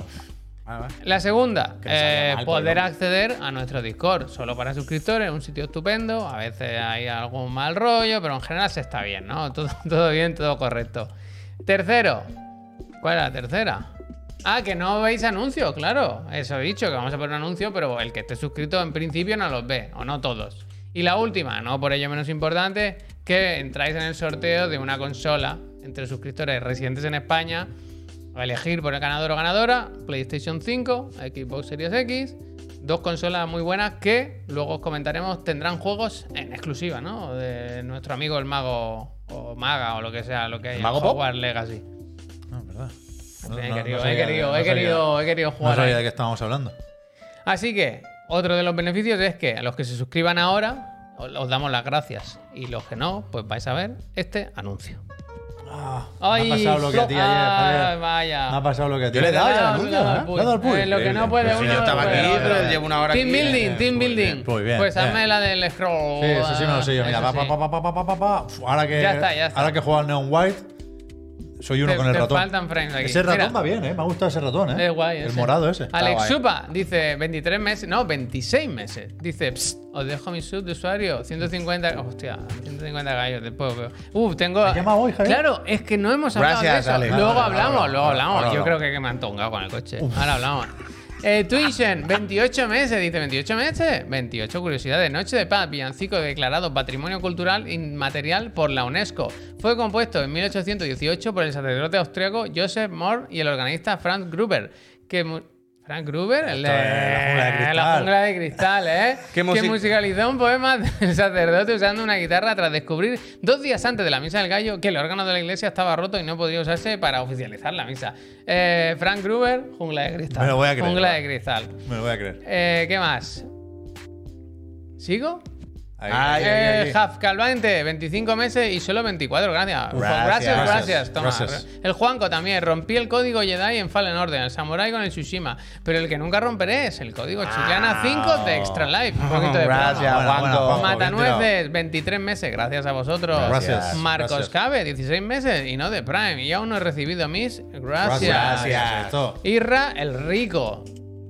Speaker 2: Ah, Vale, vale.
Speaker 1: La segunda,
Speaker 2: Que les haya
Speaker 1: eh,
Speaker 2: mal,
Speaker 1: poder
Speaker 2: pobre.
Speaker 1: acceder a nuestro Discord, solo para suscriptores, un sitio estupendo, a veces hay algún mal rollo, pero en general se está bien, ¿no? Todo, todo bien, todo correcto. Tercero, ¿cuál es la tercera? Ah, que no veis anuncios, claro. Eso he dicho, que vamos a poner un anuncio, pero el que esté suscrito en principio no los ve, o no todos. Y la última, no por ello menos importante, que entráis en el sorteo de una consola entre suscriptores residentes en España a elegir por el ganador o ganadora PlayStation 5, Xbox Series X, dos consolas muy buenas que luego os comentaremos tendrán juegos en exclusiva, ¿no? De nuestro amigo el mago o maga o lo que sea, lo que hay
Speaker 2: ¿Mago
Speaker 1: en
Speaker 2: Pop?
Speaker 1: Hogwarts Legacy.
Speaker 3: No, verdad. No,
Speaker 1: he
Speaker 3: no, no
Speaker 1: querido, he
Speaker 3: sabía-
Speaker 1: querido,
Speaker 3: no
Speaker 1: he
Speaker 3: sabía-
Speaker 1: querido, eh, he querido
Speaker 3: No
Speaker 1: jugar. ahí.
Speaker 3: sabía de qué estábamos hablando.
Speaker 1: Así que otro de los beneficios es que a los que se suscriban ahora os os damos las gracias y los que no, pues vais a ver este anuncio.
Speaker 3: me ha pasado lo que a ti ayer,
Speaker 1: ay,
Speaker 3: Javier.
Speaker 1: vaya.
Speaker 3: Me ha pasado lo que a ti.
Speaker 2: Yo le he dado ya
Speaker 1: ah,
Speaker 2: el
Speaker 1: Le he
Speaker 2: anuncio,
Speaker 1: dado al puy.
Speaker 2: ¿eh? Le he dado al puy.
Speaker 1: Eh, lo que no
Speaker 2: Increíble.
Speaker 1: puede
Speaker 2: Pero si
Speaker 1: uno, pues,
Speaker 2: yo
Speaker 1: no
Speaker 2: estaba
Speaker 1: puede
Speaker 2: aquí,
Speaker 1: otro.
Speaker 2: pero llevo una hora
Speaker 1: Team
Speaker 2: aquí, eh,
Speaker 1: building, team
Speaker 3: muy
Speaker 1: building.
Speaker 3: bien, muy bien,
Speaker 1: Pues hazme
Speaker 3: eh.
Speaker 1: la del scroll. ah,
Speaker 3: Sí, eso sí me lo sé yo.
Speaker 1: Eso
Speaker 3: Mira, pa,
Speaker 1: sí.
Speaker 3: pa, pa, pa, pa, pa, pa, pa. Uf, Ahora que,
Speaker 1: Ya está, ya está.
Speaker 3: Ahora que juega al Neon White, Soy uno
Speaker 1: Te-
Speaker 3: con el
Speaker 1: te
Speaker 3: ratón.
Speaker 1: faltan frames aquí.
Speaker 3: Ese ratón
Speaker 1: Mira.
Speaker 3: va bien, ¿eh? Me ha gustado ese ratón, ¿eh?
Speaker 1: Es guay
Speaker 3: el
Speaker 1: ese.
Speaker 3: morado ese.
Speaker 2: Está
Speaker 1: Alex
Speaker 2: guay.
Speaker 1: Supa dice 23 meses, no, 26 meses. Dice, "Psst, os dejo mi sub de usuario, 150, hostia, 150 gallos después. veo. Uh, tengo
Speaker 3: ¿Has llamado hoy, Javier?
Speaker 1: Claro, es que no hemos hablado
Speaker 2: Gracias,
Speaker 1: de
Speaker 2: Alex.
Speaker 1: eso. Luego
Speaker 2: Ahora,
Speaker 1: hablamos,
Speaker 2: ahora,
Speaker 1: luego
Speaker 2: ahora,
Speaker 1: hablamos.
Speaker 2: ahora
Speaker 1: Yo
Speaker 2: hablamos.
Speaker 1: creo que me han tongado con el coche. Ahora hablamos. Eh, Twitchen, 28 meses, dice 28 meses. 28 curiosidades. Noche de Paz, villancico declarado Patrimonio Cultural Inmaterial por la UNESCO. Fue compuesto en 1818 por el sacerdote austriaco Joseph Moore y el organista Franz Gruber. Que mu- Frank Gruber, el de
Speaker 3: es La
Speaker 1: La
Speaker 3: Jungla de Cristal.
Speaker 1: Jungla de Cristal, ¿eh?
Speaker 2: Qué
Speaker 1: que
Speaker 2: music-
Speaker 1: musicalizó un poema del sacerdote usando una guitarra tras descubrir dos días antes de la misa del gallo que el órgano de la iglesia estaba roto y no podía usarse para oficializar la misa. Eh, Frank Gruber, Jungla de Cristal.
Speaker 3: Me lo voy a creer,
Speaker 1: Jungla
Speaker 3: va.
Speaker 1: de Cristal.
Speaker 3: Me lo voy a creer.
Speaker 1: Eh, ¿Qué más? ¿Sigo?
Speaker 3: Ahí,
Speaker 2: Ay,
Speaker 3: ahí, ahí,
Speaker 1: Eh,
Speaker 3: ahí.
Speaker 1: Jaf Calvante, 25 meses y solo 24, gracias.
Speaker 2: Gracias,
Speaker 1: gracias,
Speaker 2: gracias,
Speaker 1: gracias, toma.
Speaker 3: gracias.
Speaker 1: El Juanco también, rompí el código Jedi en Fallen Order, el Samurai con el Tsushima, pero el que nunca romperé es el código Chiclana 5 de Extra Life. Un poquito de
Speaker 2: Gracias,
Speaker 1: broma.
Speaker 3: Bueno, bueno,
Speaker 2: Juanco.
Speaker 3: Juanco,
Speaker 1: Matanueces, 23 meses, gracias a vosotros.
Speaker 3: Gracias,
Speaker 1: Marcos
Speaker 3: gracias.
Speaker 1: Cabe, 16 meses y no de Prime, y aún no he recibido mis gracias.
Speaker 2: Gracias.
Speaker 3: Esto.
Speaker 1: Irra el Rico.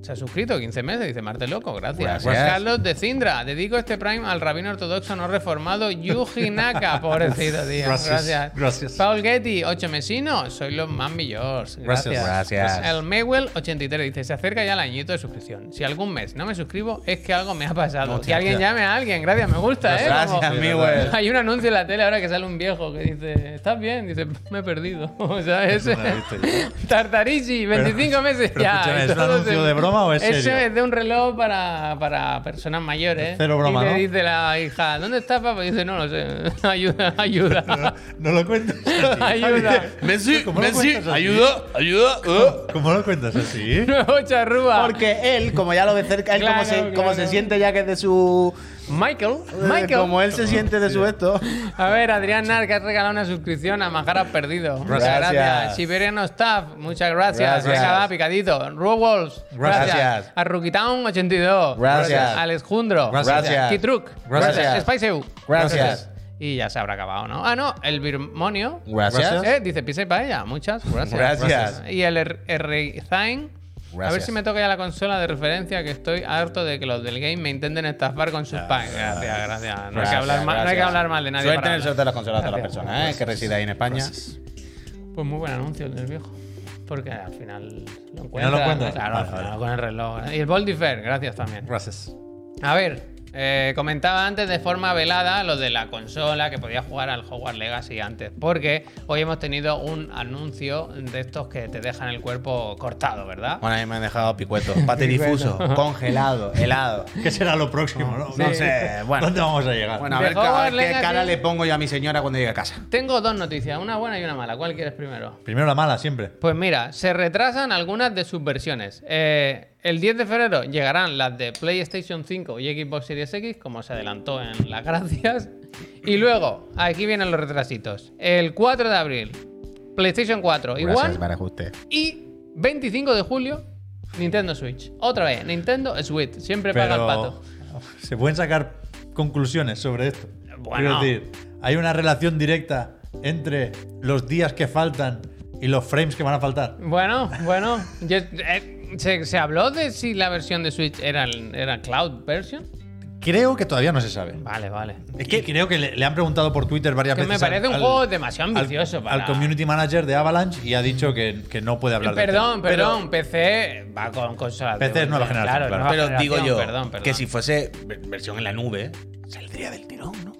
Speaker 1: Se ha suscrito 15 meses, dice Marte Loco, gracias.
Speaker 2: Gracias.
Speaker 1: Carlos de Cindra, dedico este Prime al rabino ortodoxo no reformado Yuji Naka, pobrecito, tío.
Speaker 3: Gracias,
Speaker 1: Gracias.
Speaker 3: gracias.
Speaker 1: Paul Getty, 8 mesinos, soy los más millors. Gracias.
Speaker 2: Gracias. Gracias.
Speaker 1: El Maywell 83 dice, se acerca ya el añito de suscripción. Si algún mes no me suscribo, es que algo me ha pasado. que alguien llame a alguien, gracias, me gusta, ¿eh?
Speaker 2: Gracias,
Speaker 1: Como-
Speaker 2: Miguel.
Speaker 1: Hay un anuncio en la tele ahora que sale un viejo que dice, ¿estás bien? Dice, me he perdido. O sea, ese...
Speaker 3: No lo he visto yo.
Speaker 1: Tartarici, 25 meses
Speaker 3: pero
Speaker 1: ya.
Speaker 3: escúchame, ¿es un
Speaker 1: Todo
Speaker 3: anuncio de broma o es
Speaker 1: Ese
Speaker 3: serio?
Speaker 1: es de un reloj para, para personas mayores.
Speaker 3: Cero broma,
Speaker 1: Y le
Speaker 3: ¿no?
Speaker 1: dice la hija, ¿dónde estás, papá? Y dice, no lo sé. Ayuda, ayuda.
Speaker 3: No lo cuentas. así,
Speaker 1: Ayuda.
Speaker 3: Javier.
Speaker 4: Messi,
Speaker 3: ¿Cómo lo
Speaker 4: Messi,
Speaker 3: cuentas así?
Speaker 4: ayuda, ayuda. uh.
Speaker 3: ¿Cómo lo cuentas así?
Speaker 1: Nuevo charrúa.
Speaker 2: Porque él, como ya lo ve cerca, él como,
Speaker 1: Ah. Claro,
Speaker 2: se, como
Speaker 1: claro.
Speaker 2: se siente ya que es de su.
Speaker 1: Michael,
Speaker 2: eh,
Speaker 1: Michael.
Speaker 2: Como él se siente de su esto.
Speaker 1: A ver, Adrián Nar, que has regalado una suscripción a Majaras Perdido. Muchas
Speaker 2: Gracias.
Speaker 1: gracias. Siberiano Staff, muchas gracias.
Speaker 2: Gracias.
Speaker 1: Venga, va, picadito. Ruwolves, gracias.
Speaker 2: Gracias.
Speaker 1: A Rukitown 82.
Speaker 2: Gracias.
Speaker 1: Alex Jundro.
Speaker 2: Gracias.
Speaker 1: Kitruk.
Speaker 2: Gracias.
Speaker 1: Spiceu.
Speaker 2: Gracias.
Speaker 1: Y ya se habrá acabado, ¿no? Ah, no, el Birmonio.
Speaker 2: Gracias.
Speaker 1: Eh, dice pise para ella. Muchas gracias.
Speaker 2: Gracias.
Speaker 1: Y el R- R. Zain. A ver
Speaker 2: Gracias.
Speaker 1: si me toca ya la consola de referencia, que estoy harto de que los del game me intenten estafar con sus packs. Gracias, gracias. No, hay que
Speaker 2: Gracias,
Speaker 1: hablar mal, no hay que
Speaker 2: gracias.
Speaker 1: hablar mal Ah, de nadie.
Speaker 2: Suerte
Speaker 1: para
Speaker 2: en el
Speaker 1: hablar.
Speaker 2: sorteo de las consolas de las
Speaker 1: Gracias.
Speaker 2: personas eh, que resida ahí en España.
Speaker 1: Pues muy buen anuncio el del viejo. Porque al final lo
Speaker 3: final lo
Speaker 1: encuentras.
Speaker 3: encuentras.
Speaker 1: Claro, al
Speaker 3: Vale,
Speaker 1: final
Speaker 3: vale.
Speaker 1: con el reloj. Y el Boldifer, gracias también.
Speaker 3: Gracias.
Speaker 1: A ver, eh, comentaba antes de forma velada lo de la consola que podía jugar al Hogwarts Legacy antes, porque hoy hemos tenido un anuncio de estos que te dejan el cuerpo cortado, ¿verdad?
Speaker 2: Bueno, ahí me han dejado picueto. Pate difuso, congelado, helado.
Speaker 3: ¿Qué será lo próximo? No,
Speaker 2: No sé, bueno.
Speaker 3: ¿Dónde vamos a llegar?
Speaker 2: Bueno, a
Speaker 1: De
Speaker 2: ver ca-
Speaker 1: Hogwarts
Speaker 2: qué
Speaker 1: Legacy.
Speaker 2: cara le pongo yo a mi señora cuando llegue a casa.
Speaker 1: Tengo dos noticias, una buena y una mala. ¿Cuál quieres primero?
Speaker 3: Primero la mala, siempre.
Speaker 1: Pues mira, se retrasan algunas de sus versiones. Eh, el 10 de febrero llegarán las de PlayStation 5 y Xbox Series X, como se adelantó en las gracias. Y luego, aquí vienen los retrasitos. El 4 de abril, PlayStation 4 y One.
Speaker 2: ajuste.
Speaker 1: Y 25 de julio, Nintendo Switch. Otra vez, Nintendo Switch. Siempre paga el pato.
Speaker 3: se pueden sacar conclusiones sobre esto.
Speaker 1: Bueno.
Speaker 3: Quiero decir, hay una relación directa entre los días que faltan y los frames que van a faltar.
Speaker 1: Bueno, bueno. yo- eh, se, se habló de si la versión de Switch era, el- era cloud version.
Speaker 3: Creo que todavía no se sabe.
Speaker 1: Vale, vale.
Speaker 3: Es que creo que le, le han preguntado por Twitter varias
Speaker 1: Que me
Speaker 3: veces.
Speaker 1: parece un juego demasiado
Speaker 3: al-
Speaker 1: ambicioso
Speaker 3: al,
Speaker 1: para...
Speaker 3: community manager de Avalanche y ha dicho que, que no puede hablar
Speaker 1: Perdón,
Speaker 2: este.
Speaker 3: de Pero
Speaker 1: perdón, PC va con consolas. de-
Speaker 3: PC es nueva
Speaker 1: Claro,
Speaker 3: generación, claro.
Speaker 1: nueva
Speaker 2: Pero digo
Speaker 1: generación,
Speaker 2: yo
Speaker 1: Ah, Perdón, perdón.
Speaker 2: que si fuese ver- versión en la nube, saldría del tirón, ¿no?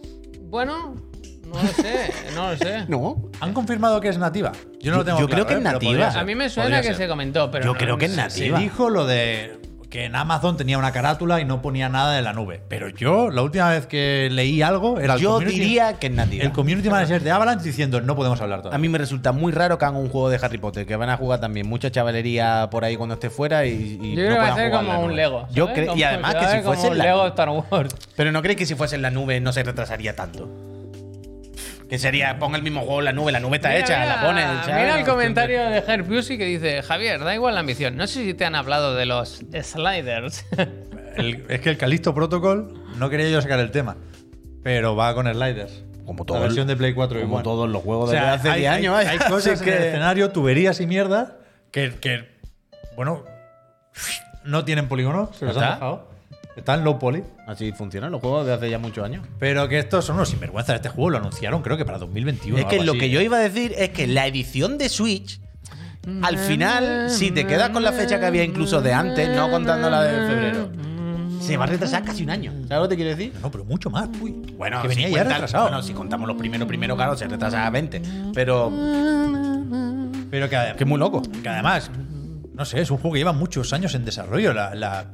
Speaker 1: Bueno, no lo sé, no lo sé.
Speaker 2: No.
Speaker 3: ¿Han confirmado que es nativa? Yo no lo
Speaker 2: Yo-
Speaker 3: tengo
Speaker 2: yo
Speaker 3: claro,
Speaker 2: creo que
Speaker 3: ¿eh?
Speaker 2: es
Speaker 3: Pero
Speaker 2: nativa.
Speaker 3: podría ser,
Speaker 1: A mí me suena
Speaker 3: podría
Speaker 1: que
Speaker 3: ser.
Speaker 1: se comentó, pero
Speaker 2: Yo
Speaker 1: no-
Speaker 2: creo que es
Speaker 1: no sé.
Speaker 2: nativa.
Speaker 3: Se dijo lo de que en Amazon tenía una carátula y no ponía nada de la nube. Pero yo, la última vez que leí algo, era el
Speaker 2: Yo
Speaker 3: community-
Speaker 2: diría que es nativa.
Speaker 3: El community manager de Avalanche diciendo no podemos hablar
Speaker 2: A
Speaker 3: todavía.
Speaker 2: mí me resulta muy raro que hagan un juego de Harry Potter, que van a jugar también mucha chavalería por ahí cuando esté fuera y, y
Speaker 1: Yo creo
Speaker 2: no
Speaker 1: que va a
Speaker 2: puedan
Speaker 1: ser
Speaker 2: jugar en la
Speaker 1: como un
Speaker 2: nube.
Speaker 1: Lego.
Speaker 2: Yo
Speaker 1: ¿sabes?
Speaker 2: creo- y
Speaker 1: Como-
Speaker 2: además que
Speaker 1: ¿sabes?
Speaker 2: si
Speaker 1: como
Speaker 2: fuese en
Speaker 1: un
Speaker 2: la
Speaker 1: Lego
Speaker 2: nube.
Speaker 1: Star Wars.
Speaker 2: Pero no crees que si fuese en la nube no se retrasaría tanto. Que sería, ponga el mismo juego en la nube, la nube está
Speaker 1: Mira,
Speaker 2: hecha,
Speaker 1: mira,
Speaker 2: la pones. ¿sabes?
Speaker 1: Mira el comentario de Herpusi que dice, Javier, da igual la ambición. No sé si te han hablado de los sliders.
Speaker 3: El- es que el Calisto Protocol no quería yo sacar el tema, pero va con sliders.
Speaker 2: como
Speaker 3: La
Speaker 2: todo
Speaker 3: versión de Play 4
Speaker 2: como
Speaker 3: igual.
Speaker 2: todos los juegos
Speaker 3: O sea,
Speaker 2: de hace
Speaker 3: hay,
Speaker 2: 10 años. ¿eh?
Speaker 3: hay-
Speaker 2: vaya.
Speaker 3: hay
Speaker 2: Así
Speaker 3: cosas en el
Speaker 2: que-
Speaker 3: escenario, tuberías y mierda, que, que, bueno, no tienen polígono, se los
Speaker 2: ¿Ah?
Speaker 1: ¿Está?
Speaker 3: han dejado. Están low poly.
Speaker 2: Así funcionan los juegos de hace ya muchos años.
Speaker 3: Pero que estos son unos sinvergüenzas. Este juego lo anunciaron, creo que para 2021.
Speaker 2: es que
Speaker 3: algo
Speaker 2: lo
Speaker 3: así.
Speaker 2: que yo iba a decir es que la edición de Switch, al final, si te quedas con la fecha que había incluso de antes, no contando la de febrero, se va a retrasar casi un año. ¿Sabes lo que te quiero decir?
Speaker 3: No, pero mucho más, uy.
Speaker 2: Bueno,
Speaker 3: que venía
Speaker 2: si
Speaker 3: ya
Speaker 2: cuentas-
Speaker 3: retrasado.
Speaker 2: Bueno, si contamos los primeros, primero, claro, se retrasa a 20. Pero
Speaker 3: pero que, además-
Speaker 2: que es muy loco.
Speaker 3: que además, no sé, es un juego que lleva muchos años en desarrollo. La, la-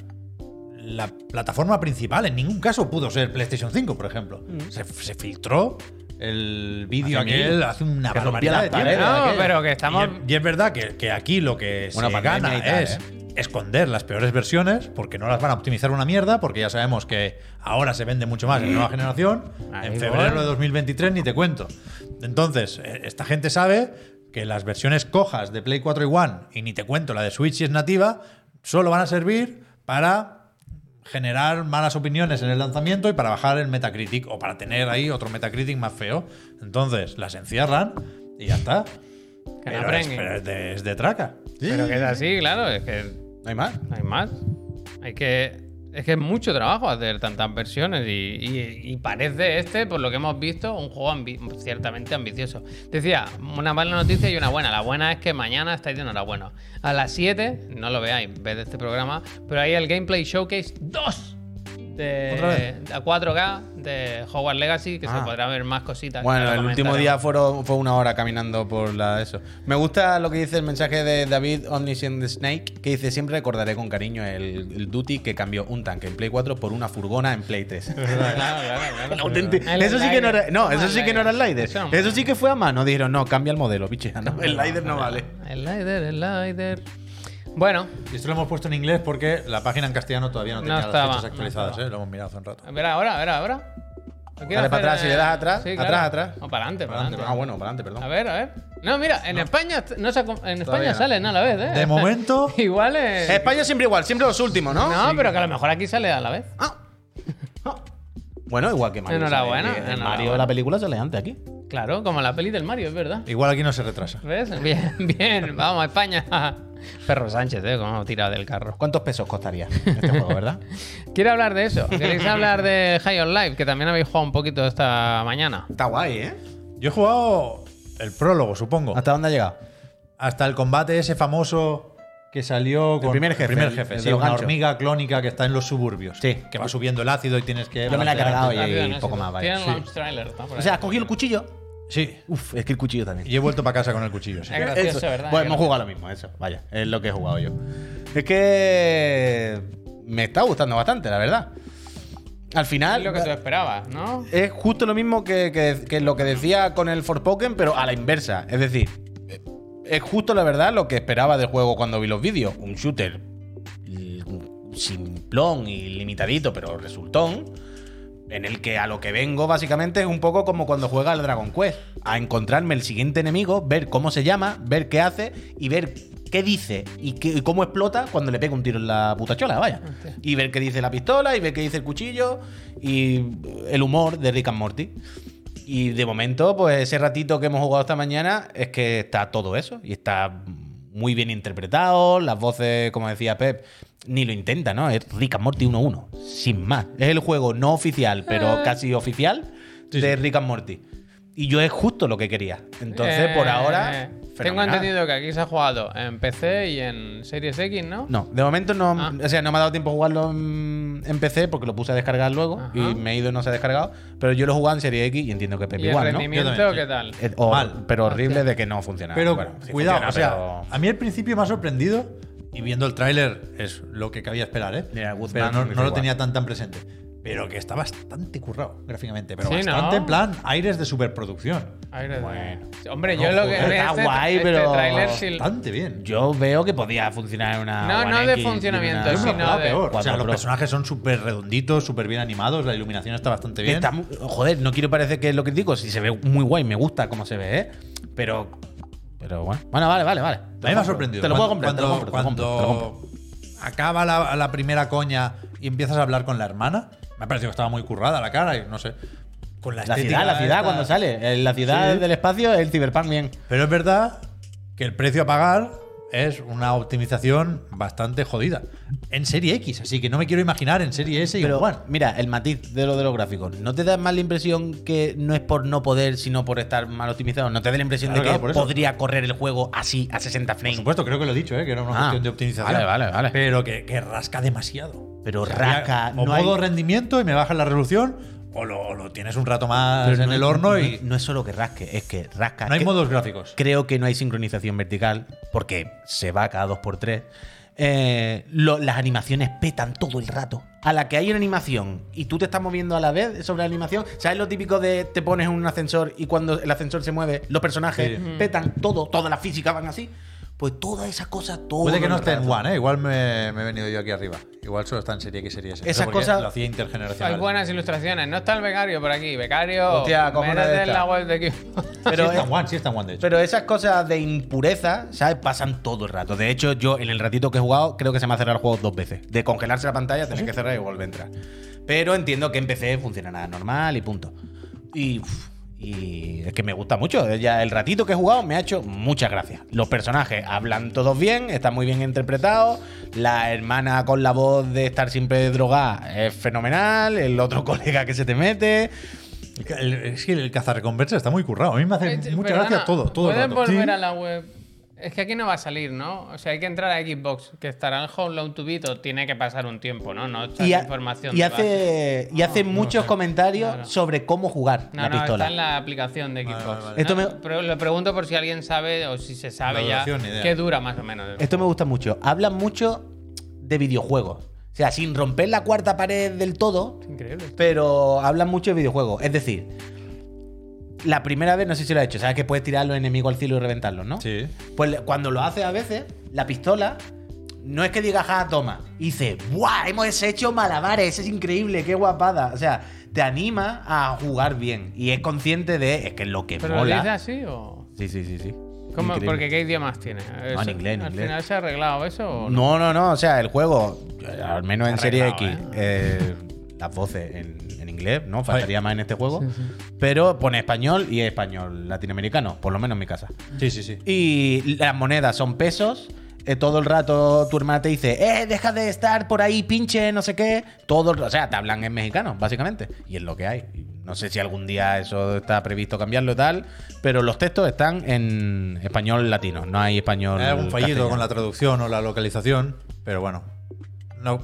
Speaker 3: la plataforma principal en ningún caso pudo ser PlayStation 5, por ejemplo.
Speaker 2: Mm.
Speaker 3: Se, se filtró el vídeo
Speaker 2: Hace
Speaker 3: aquel
Speaker 2: mil.
Speaker 3: hace una
Speaker 2: Que
Speaker 3: barbaridad
Speaker 2: rompía las
Speaker 3: de tiempo.
Speaker 2: paredes.
Speaker 1: No,
Speaker 2: ¿eh? aquello.
Speaker 1: pero que
Speaker 3: Y
Speaker 1: estamos.
Speaker 3: es- Y, es verdad que, que aquí lo que
Speaker 2: Bueno,
Speaker 3: se
Speaker 2: pandemia
Speaker 3: gana
Speaker 2: y tal, ¿eh?
Speaker 3: es esconder las peores versiones porque no las van a optimizar una mierda, porque ya sabemos que ahora se vende mucho más en nueva generación.
Speaker 1: Ahí
Speaker 3: En
Speaker 1: voy.
Speaker 3: febrero de 2023 ni te cuento. Entonces, eh, esta gente sabe que las versiones cojas de Play 4 y One, y ni te cuento la de Switch si es nativa, solo van a servir para generar malas opiniones en el lanzamiento y para bajar el Metacritic o para tener ahí otro Metacritic más feo. Entonces, las encierran y ya está.
Speaker 1: Que no
Speaker 3: Pero es,
Speaker 1: aprenden.
Speaker 3: pero es de, es de traca.
Speaker 1: Pero que es así, claro, es que
Speaker 2: No hay más.
Speaker 1: no hay más. Hay que. Es que es mucho trabajo hacer tantas versiones y, y- y parece este, por lo que hemos visto, un juego ambi- ciertamente ambicioso. Decía, una mala noticia y una buena. La buena es que mañana estáis de enhorabuena. A las 7, no lo veáis, ves de este programa, pero hay el Gameplay Showcase 2
Speaker 3: ¿Otra
Speaker 1: de,
Speaker 3: vez?
Speaker 1: a 4K de Hogwarts Legacy, que se
Speaker 2: Ah.
Speaker 1: podrá ver más cositas. Ya
Speaker 2: Bueno,
Speaker 1: lo
Speaker 2: el último
Speaker 1: comentaremos.
Speaker 2: día fueron, fue una hora caminando por la eso. Me gusta lo que dice el mensaje de David Omniscient the Snake, que dice, siempre recordaré con cariño el, el Duty que cambió un tanque en Play 4 por una furgona en Play 3.
Speaker 1: Claro, claro, claro.
Speaker 2: Un auténtico-
Speaker 1: El
Speaker 2: Eso sí que no era,
Speaker 1: slider.
Speaker 2: no, eso sí que no era el Lider.
Speaker 1: Eso no
Speaker 2: Eso sí que fue a mano. Dijeron, no, cambia el modelo, piche. No, el Lider no vale.
Speaker 1: El Lider, el Lider. Bueno,
Speaker 3: Y esto lo hemos puesto en inglés porque la página en castellano todavía no
Speaker 1: No
Speaker 3: tenía
Speaker 1: estaba,
Speaker 3: las fechas
Speaker 1: no
Speaker 3: actualizadas,
Speaker 1: estaba.
Speaker 3: ¿eh? Lo hemos mirado hace un rato.
Speaker 1: a ver ahora, a ver ahora. Lo quiero
Speaker 2: Dale para
Speaker 1: hacer,
Speaker 2: atrás, si
Speaker 1: eh,
Speaker 2: le das atrás, atrás, atrás.
Speaker 1: O para adelante, para adelante.
Speaker 2: Ah, bueno, para adelante, perdón.
Speaker 1: A ver, a ver. No, mira, en España no se acom- en España
Speaker 2: Todavía no.
Speaker 1: salen a la vez, ¿eh?
Speaker 3: De momento-
Speaker 1: Igual es.
Speaker 2: España siempre igual, siempre los últimos, ¿no?
Speaker 1: No, pero que a lo mejor aquí sale a la vez.
Speaker 2: Ah. Ah. Bueno, igual que Mario.
Speaker 1: Enhorabuena,
Speaker 2: sale- el
Speaker 1: enhorabuena.
Speaker 2: Mario de la película sale antes aquí.
Speaker 1: Claro, como la peli del Mario, es verdad.
Speaker 3: Igual aquí no se retrasa.
Speaker 1: ¿Ves? Bien, bien. Vamos, España. Perro Sánchez, ¿eh? Como tirado del carro.
Speaker 2: ¿Cuántos pesos costaría este juego, verdad?
Speaker 1: Quiero hablar de eso. ¿Queréis hablar de High on Life? Que también habéis jugado un poquito esta mañana.
Speaker 2: Está guay, ¿eh?
Speaker 3: Yo he jugado el prólogo, supongo.
Speaker 2: ¿Hasta dónde ha llegado?
Speaker 3: Hasta el combate ese famoso que salió con
Speaker 2: primer jefe, el- el
Speaker 3: sí,
Speaker 2: de los
Speaker 3: una
Speaker 2: ganchos.
Speaker 3: hormiga clónica que está en los suburbios.
Speaker 2: Sí.
Speaker 3: Que va subiendo el ácido y tienes que.
Speaker 2: Yo me la he cargado
Speaker 3: balancearte.
Speaker 2: Ah, y
Speaker 1: ¿no?
Speaker 2: poco más, vaya.
Speaker 1: Tienen
Speaker 2: Sí.
Speaker 1: launch trailer, ¿no? Por
Speaker 2: O sea,
Speaker 1: ahí.
Speaker 2: has cogido el cuchillo.
Speaker 3: Sí.
Speaker 2: Uf, es que el cuchillo también.
Speaker 3: Y he vuelto para casa con el cuchillo. sí.
Speaker 1: Es gracioso,
Speaker 2: Eso.
Speaker 1: ¿verdad?
Speaker 2: Pues
Speaker 1: Que
Speaker 2: hemos
Speaker 1: no-
Speaker 2: jugado lo mismo, eso. Vaya, es lo que he jugado yo. Es que me está gustando bastante, la verdad. Al final
Speaker 1: Es lo que tú esperabas, ¿no?
Speaker 2: es justo lo mismo que, que- que lo que decía con el Forpoken, pero a la inversa. Es decir, eh, es justo la verdad lo que esperaba del juego cuando vi los vídeos. Un shooter l- simplón y limitadito, pero resultón. En el que a lo que vengo básicamente es un poco como cuando juega al Dragon Quest. A encontrarme el siguiente enemigo, ver cómo se llama, ver qué hace y ver qué dice y, qué- y cómo explota cuando le pega un tiro en la puta chola, vaya.
Speaker 1: Hostia.
Speaker 2: Y ver qué dice la pistola y ver qué dice el cuchillo y el humor de Rick and Morty. Y de momento, pues ese ratito que hemos jugado esta mañana es que está todo eso y está muy bien interpretado. Las voces, como decía Pep, ni lo intenta, ¿no? Es Rick and Morty 1-1, sin más. Es el juego no oficial,
Speaker 1: Eh.
Speaker 2: pero casi oficial de Rick and Morty. Y yo es justo lo que quería. Entonces, por
Speaker 1: Eh,
Speaker 2: ahora.
Speaker 1: Tengo
Speaker 2: fenomenal.
Speaker 1: entendido que aquí se ha jugado en PC y en Series X, ¿no?
Speaker 2: No, de momento no.
Speaker 1: Ah.
Speaker 2: O sea, no me ha dado tiempo a jugarlo en, en PC porque lo puse a descargar luego
Speaker 1: Ajá.
Speaker 2: y me he ido y no se ha descargado. Pero yo lo he jugado en Serie X y entiendo que es Pep
Speaker 1: ¿Y el
Speaker 2: igual, ¿no?
Speaker 1: rendimiento
Speaker 3: Yo también, sí.
Speaker 1: qué tal?
Speaker 2: Eh, o-
Speaker 3: Mal.
Speaker 2: Pero horrible de que no funciona.
Speaker 3: Pero
Speaker 2: Ah, Bueno, sí
Speaker 3: cuidado,
Speaker 2: funciona,
Speaker 3: o sea,
Speaker 2: pero-
Speaker 3: a mí al principio me ha sorprendido y viendo el tráiler es lo que cabía esperar, ¿eh?
Speaker 2: Mira, Guzmán
Speaker 3: pero no,
Speaker 2: me
Speaker 3: no
Speaker 2: da
Speaker 3: lo
Speaker 2: igual.
Speaker 3: tenía tan tan presente. Pero que está bastante currado gráficamente, pero
Speaker 1: Sí, ¿no?
Speaker 3: bastante en plan aires de superproducción.
Speaker 1: Ay, de-
Speaker 2: Bueno.
Speaker 1: Hombre, yo
Speaker 3: Bueno,
Speaker 1: lo que este
Speaker 3: joder,
Speaker 2: está guay, pero-
Speaker 1: tráiler sí-
Speaker 3: Bastante bien.
Speaker 2: Yo veo que podía funcionar en una.
Speaker 1: No,
Speaker 2: One
Speaker 1: no de
Speaker 2: X y en
Speaker 1: funcionamiento,
Speaker 2: una-
Speaker 3: Yo me lo
Speaker 1: sino
Speaker 3: esperaba
Speaker 1: de-
Speaker 3: peor. O sea,
Speaker 2: Cuatro
Speaker 3: los
Speaker 2: Pro.
Speaker 3: personajes son súper redonditos, súper bien animados, la iluminación está bastante bien.
Speaker 2: Está mu- joder, no quiero parecer que lo critico. Si se ve muy guay, me gusta cómo se ve, ¿eh? Pero. Pero bueno. Bueno, vale, vale, vale.
Speaker 3: A mí me ha sorprendido.
Speaker 2: Te lo puedo comprar,
Speaker 3: Cuando-
Speaker 2: te lo compro, te lo
Speaker 3: Cuando
Speaker 2: compro, te lo compro.
Speaker 3: acaba la, la primera coña y empiezas a hablar con la hermana, me ha parecido que estaba muy currada la cara y no sé. Por la,
Speaker 2: La
Speaker 3: estética
Speaker 2: ciudad, la ciudad
Speaker 3: este esta.
Speaker 2: cuando sale. En La ciudad
Speaker 3: Sí.
Speaker 2: del espacio, el Cyberpunk bien.
Speaker 3: Pero es verdad que el precio a pagar es una optimización bastante jodida. En serie X, así que no me quiero imaginar en serie S y
Speaker 2: Pero
Speaker 3: bueno,
Speaker 2: mira, el matiz de lo de los gráficos. ¿No te da más la impresión que no es por no poder, sino por estar mal optimizado? ¿No te da la impresión
Speaker 3: Claro,
Speaker 2: de que
Speaker 3: claro, por eso.
Speaker 2: podría correr el juego así, a 60
Speaker 3: Por
Speaker 2: frames?
Speaker 3: supuesto, creo que lo he dicho, ¿eh? que era una
Speaker 2: Ah,
Speaker 3: cuestión de optimización.
Speaker 2: vale, vale, vale.
Speaker 3: Pero que, que rasca demasiado.
Speaker 2: Pero
Speaker 3: O sea,
Speaker 2: rasca,
Speaker 3: ya O
Speaker 2: no hay-
Speaker 3: modo rendimiento y me baja la resolución, o lo, lo tienes un rato más
Speaker 2: Pero
Speaker 3: en
Speaker 2: no-
Speaker 3: el horno
Speaker 2: no-
Speaker 3: y.
Speaker 2: No es solo que rasque, es que rasca.
Speaker 3: No hay
Speaker 2: Que-
Speaker 3: modos gráficos.
Speaker 2: Creo que no hay sincronización vertical, porque se va cada 2x3. Eh, lo- las animaciones petan todo el rato. A la que hay una animación y tú te estás moviendo a la vez sobre la animación, ¿sabes lo típico de te pones en un ascensor y cuando el ascensor se mueve, los personajes
Speaker 3: Sí.
Speaker 2: petan todo, todas las físicas van así? Pues todas esas cosas, todo.
Speaker 3: Puede que no
Speaker 2: el
Speaker 3: esté en
Speaker 2: rato.
Speaker 3: One, ¿eh? igual me, me he venido yo aquí arriba. Igual solo está en serie X, serie S. No sé
Speaker 2: Esas
Speaker 3: por qué
Speaker 2: cosas-
Speaker 3: Lo hacía intergeneracional.
Speaker 1: Hay buenas ilustraciones. No está el becario por aquí. Becario.
Speaker 3: Hostia, cojones
Speaker 1: métete
Speaker 3: de
Speaker 1: en
Speaker 3: esta.
Speaker 1: la web de Q.
Speaker 3: Pero
Speaker 2: Pero
Speaker 3: sí está en
Speaker 2: es-
Speaker 3: One, sí está en One, de hecho.
Speaker 2: Pero esas cosas de impureza, ¿sabes? Pasan todo el rato. De hecho, yo en el ratito que he jugado, creo que se me ha cerrado el juego dos veces. De congelarse la pantalla, tener que cerrar y volver a entrar. Pero entiendo que en PC funcionará normal y punto. Y, uf, y es que me gusta mucho. Ya el ratito que he jugado me ha hecho muchas gracias. Los personajes hablan todos bien, están muy bien interpretados. La hermana con la voz de estar siempre drogada es fenomenal. El otro colega que se te mete.
Speaker 3: El- es que el cazarrecompensa está muy currado. A mí me hace
Speaker 1: Eh,
Speaker 3: mucha
Speaker 1: perdona,
Speaker 3: gracia todo. todo el
Speaker 1: ¿Puedes
Speaker 3: rato.
Speaker 1: volver
Speaker 3: Sí.
Speaker 1: a la web? Es que aquí no va a salir, ¿no? O sea, hay que entrar a Xbox, que estará en Home Load to Beat o tiene que pasar un tiempo, ¿no? No está
Speaker 2: y, ha-
Speaker 1: esa información.
Speaker 2: y
Speaker 1: de base.
Speaker 2: hace, y hace muchos comentarios
Speaker 1: Claro.
Speaker 2: sobre cómo jugar
Speaker 1: No,
Speaker 2: la
Speaker 1: no,
Speaker 2: pistola.
Speaker 1: está en la aplicación de Xbox.
Speaker 3: vale, vale.
Speaker 1: No,
Speaker 2: Esto me-
Speaker 1: pero lo pregunto por si alguien sabe o si se sabe
Speaker 3: La
Speaker 1: ya
Speaker 3: duración, ni idea.
Speaker 1: qué dura más o menos.
Speaker 2: Esto me gusta mucho. Hablan mucho de videojuegos. O sea, sin romper la cuarta pared del todo,
Speaker 1: Increíble.
Speaker 2: pero hablan mucho de videojuegos. Es decir, la primera vez, no sé si lo ha hecho, sabes que puedes tirar a los enemigos al cielo y reventarlos, ¿no?
Speaker 3: Sí.
Speaker 2: Pues le- cuando lo haces a veces, la pistola no es que diga ja, toma. Y dice, ¡buah! Hemos hecho malabares, es increíble, qué guapada. O sea, te anima a jugar bien. Y es consciente de, es que es lo que
Speaker 1: ¿Pero lo dice
Speaker 2: mola.
Speaker 1: así o.?
Speaker 2: Sí, sí, sí, sí.
Speaker 1: ¿Cómo?
Speaker 2: Increíble.
Speaker 1: Porque ¿qué idiomas tiene? Eso-
Speaker 2: en inglés, en
Speaker 1: ¿Al
Speaker 2: inglés.
Speaker 1: final se ha arreglado eso o no?
Speaker 2: No, no, no. O sea, el juego, eh, al menos en Serie X,
Speaker 1: Arreglado,
Speaker 2: eh, las voces en, en inglés, ¿no? Faltaría más en este juego. Pero pone español y español latinoamericano, por lo menos en mi casa.
Speaker 3: Sí, sí, sí.
Speaker 2: Y las monedas son pesos. eh, todo el rato tu hermana te dice, eh, deja de estar por ahí, pinche, no sé qué. Todo, el- o sea, te hablan en mexicano, básicamente. Y es lo que hay. Y No sé si algún día eso está previsto cambiarlo y tal, pero los textos están en español latino, no hay español.
Speaker 3: Hay algún fallido
Speaker 2: castellano.
Speaker 3: con la traducción o la localización, pero bueno. No,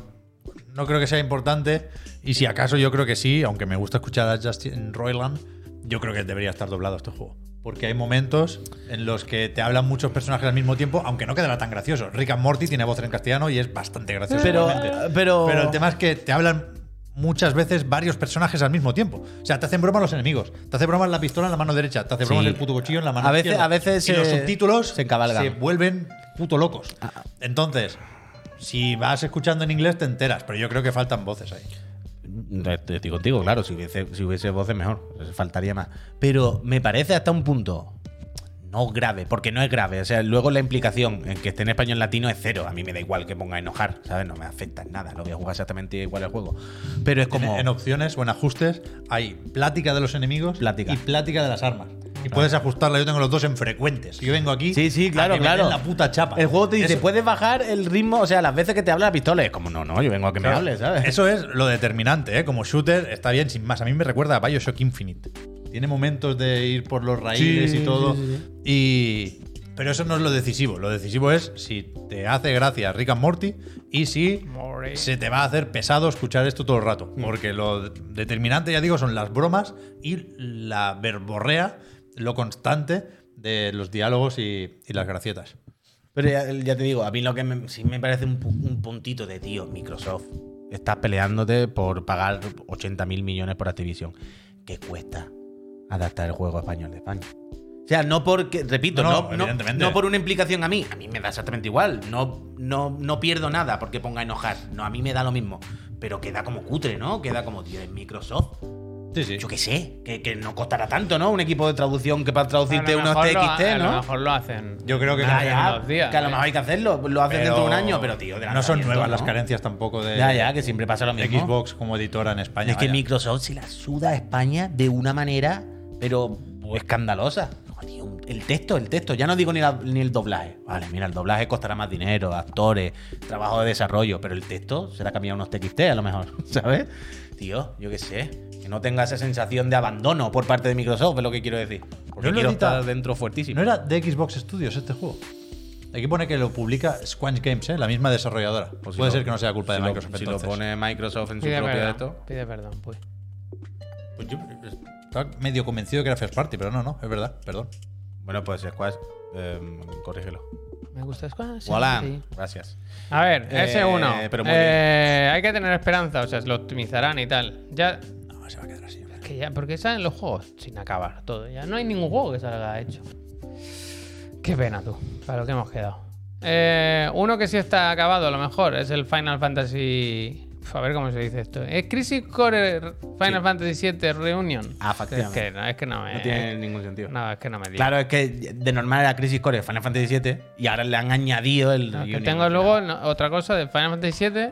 Speaker 3: no creo que sea importante. Y si acaso yo creo que sí, aunque me gusta escuchar a Justin Roiland, yo creo que debería estar doblado este juego. Porque hay momentos en los que te hablan muchos personajes al mismo tiempo, aunque no quedará tan gracioso. Rick and Morty tiene voz en castellano y es bastante gracioso.
Speaker 2: Pero-
Speaker 3: realmente.
Speaker 2: pero-
Speaker 3: el tema es que te hablan muchas veces varios personajes al mismo tiempo. O sea, te hacen broma los enemigos, te hace broma la pistola en la mano derecha, te hace broma
Speaker 2: Sí.
Speaker 3: el puto cuchillo en la mano
Speaker 2: A veces-
Speaker 3: izquierda.
Speaker 2: a veces
Speaker 3: y los
Speaker 2: se-
Speaker 3: subtítulos
Speaker 2: se encabalgan. Ah.
Speaker 3: se vuelven puto locos. Entonces, si vas escuchando en inglés te enteras, pero yo creo que faltan voces ahí.
Speaker 2: Estoy estoy contigo, claro, si hubiese, si hubiese voces mejor, faltaría más. Pero me parece hasta un punto no grave, porque no es grave. O sea, luego la implicación en que esté en español latino es cero. A mí me da igual que ponga enojar, ¿sabes? No me afecta en nada, lo voy a jugar exactamente igual al juego. Pero es como...
Speaker 3: En, en opciones o en ajustes hay plática de los enemigos
Speaker 2: Plática.
Speaker 3: y plática de las armas. Y puedes ajustarla, yo tengo los dos en frecuentes. Yo vengo aquí
Speaker 2: Sí, sí, claro,
Speaker 3: a que me den
Speaker 2: claro.
Speaker 3: la puta chapa.
Speaker 2: El juego te dice,
Speaker 3: Eso-
Speaker 2: puedes bajar el ritmo, o sea, las veces que te habla la pistola. Es como, no, no, yo vengo a que me
Speaker 3: Claro,
Speaker 2: hable, ¿sabes?
Speaker 3: Eso es lo determinante, ¿eh? Como shooter está bien, sin más. A mí me recuerda a Bioshock Infinite. Tiene momentos de ir por los raíles y todo. Y... Pero eso no es lo decisivo. Lo decisivo es si te hace gracia Rick and Morty y si
Speaker 1: Morty.
Speaker 3: se te va a hacer pesado escuchar esto todo el
Speaker 2: Mm.
Speaker 3: rato. Porque lo de- determinante, ya digo, son las bromas y la verborrea, lo constante de los diálogos y, y las gracietas.
Speaker 2: Pero ya, ya te digo, a mí lo que me- sí me parece un, pu- un puntito de tío, Microsoft. Estás peleándote por pagar 80 mil millones por Activision. ¿Qué cuesta adaptar el juego a español de España? O sea, no porque, repito,
Speaker 3: No, no,
Speaker 2: no, no-
Speaker 3: evidentemente.
Speaker 2: no por una implicación a mí. A mí me da exactamente igual. No, no, no pierdo nada porque ponga enojar. No, a mí me da lo mismo. Pero queda como cutre, ¿no? Queda como, tío, es Microsoft.
Speaker 3: Sí, sí.
Speaker 2: Yo qué sé, que, que no costará tanto, ¿no? Un equipo de traducción que para traducirte
Speaker 1: A lo
Speaker 2: unos
Speaker 1: mejor lo ha-
Speaker 2: TXT,
Speaker 1: A lo
Speaker 2: ¿no?
Speaker 1: mejor lo hacen.
Speaker 3: Yo creo que
Speaker 2: Ya,
Speaker 1: hacen
Speaker 2: ya,
Speaker 1: dos días,
Speaker 2: que a lo
Speaker 1: ¿eh?
Speaker 2: mejor hay que hacerlo, lo haces
Speaker 3: Pero
Speaker 2: dentro de un año, pero tío,
Speaker 3: no
Speaker 2: de
Speaker 3: son
Speaker 2: lanzamiento,
Speaker 3: nuevas las
Speaker 2: ¿no?
Speaker 3: carencias tampoco de
Speaker 2: Ya, ya, que siempre pasa lo mismo.
Speaker 3: Xbox como editora en España.
Speaker 2: es que
Speaker 3: vaya.
Speaker 2: Microsoft se la suda a España de una manera, pero pues, escandalosa. No, tío, el texto, el texto. Ya no digo ni, la- ni el doblaje. Vale, mira, el doblaje costará más dinero, actores, trabajo de desarrollo, pero el texto será cambiar unos TXT a lo mejor, ¿sabes? Tío, yo qué sé. Que no tenga esa sensación de abandono por parte de Microsoft, es lo que quiero decir.
Speaker 3: No
Speaker 2: Porque
Speaker 3: lo
Speaker 2: quiero
Speaker 3: edita-
Speaker 2: estar dentro fuertísimo.
Speaker 3: No era de Xbox Studios este juego. Aquí pone que lo publica Squanch Games, ¿eh? la misma desarrolladora.
Speaker 2: Pues si
Speaker 3: Puede
Speaker 2: lo-
Speaker 3: ser que no sea culpa de
Speaker 2: si lo-
Speaker 3: Microsoft.
Speaker 2: si
Speaker 3: entonces.
Speaker 2: lo pone Microsoft en su
Speaker 1: Pide
Speaker 2: propio
Speaker 1: perdón,
Speaker 2: esto.
Speaker 1: pide perdón, pues.
Speaker 3: Pues yo estaba medio convencido que era First Party, pero no, no, es verdad, perdón.
Speaker 2: Bueno, pues Squash, eh, corrígelo.
Speaker 1: Me gusta Squad. sí,
Speaker 2: Voilà,
Speaker 1: sí.
Speaker 2: gracias.
Speaker 1: A ver,
Speaker 2: Eh,
Speaker 1: ese uno.
Speaker 2: pero muy
Speaker 1: Eh, hay que tener esperanza, o sea, lo optimizarán y tal. Ya,
Speaker 3: No, se va a quedar así.
Speaker 1: que ya, porque salen los juegos sin acabar todo. Ya no hay ningún juego que salga hecho. Qué pena tú, para lo que hemos quedado. Eh, uno que sí está acabado, a lo mejor, es el Final Fantasy. Uf, A ver cómo se dice esto. Es Crisis Core Final Fantasy VII Reunion.
Speaker 2: Ah,
Speaker 1: es
Speaker 2: efectivamente.
Speaker 1: que, no, es que no me.
Speaker 2: No tiene ningún sentido.
Speaker 1: Eh, no, es que no me digas.
Speaker 2: Claro, es que de normal era Crisis Core de Final Fantasy VII y ahora le han añadido el.
Speaker 1: No, que
Speaker 2: Reunion.
Speaker 1: tengo luego no- otra cosa de Final Fantasy VII,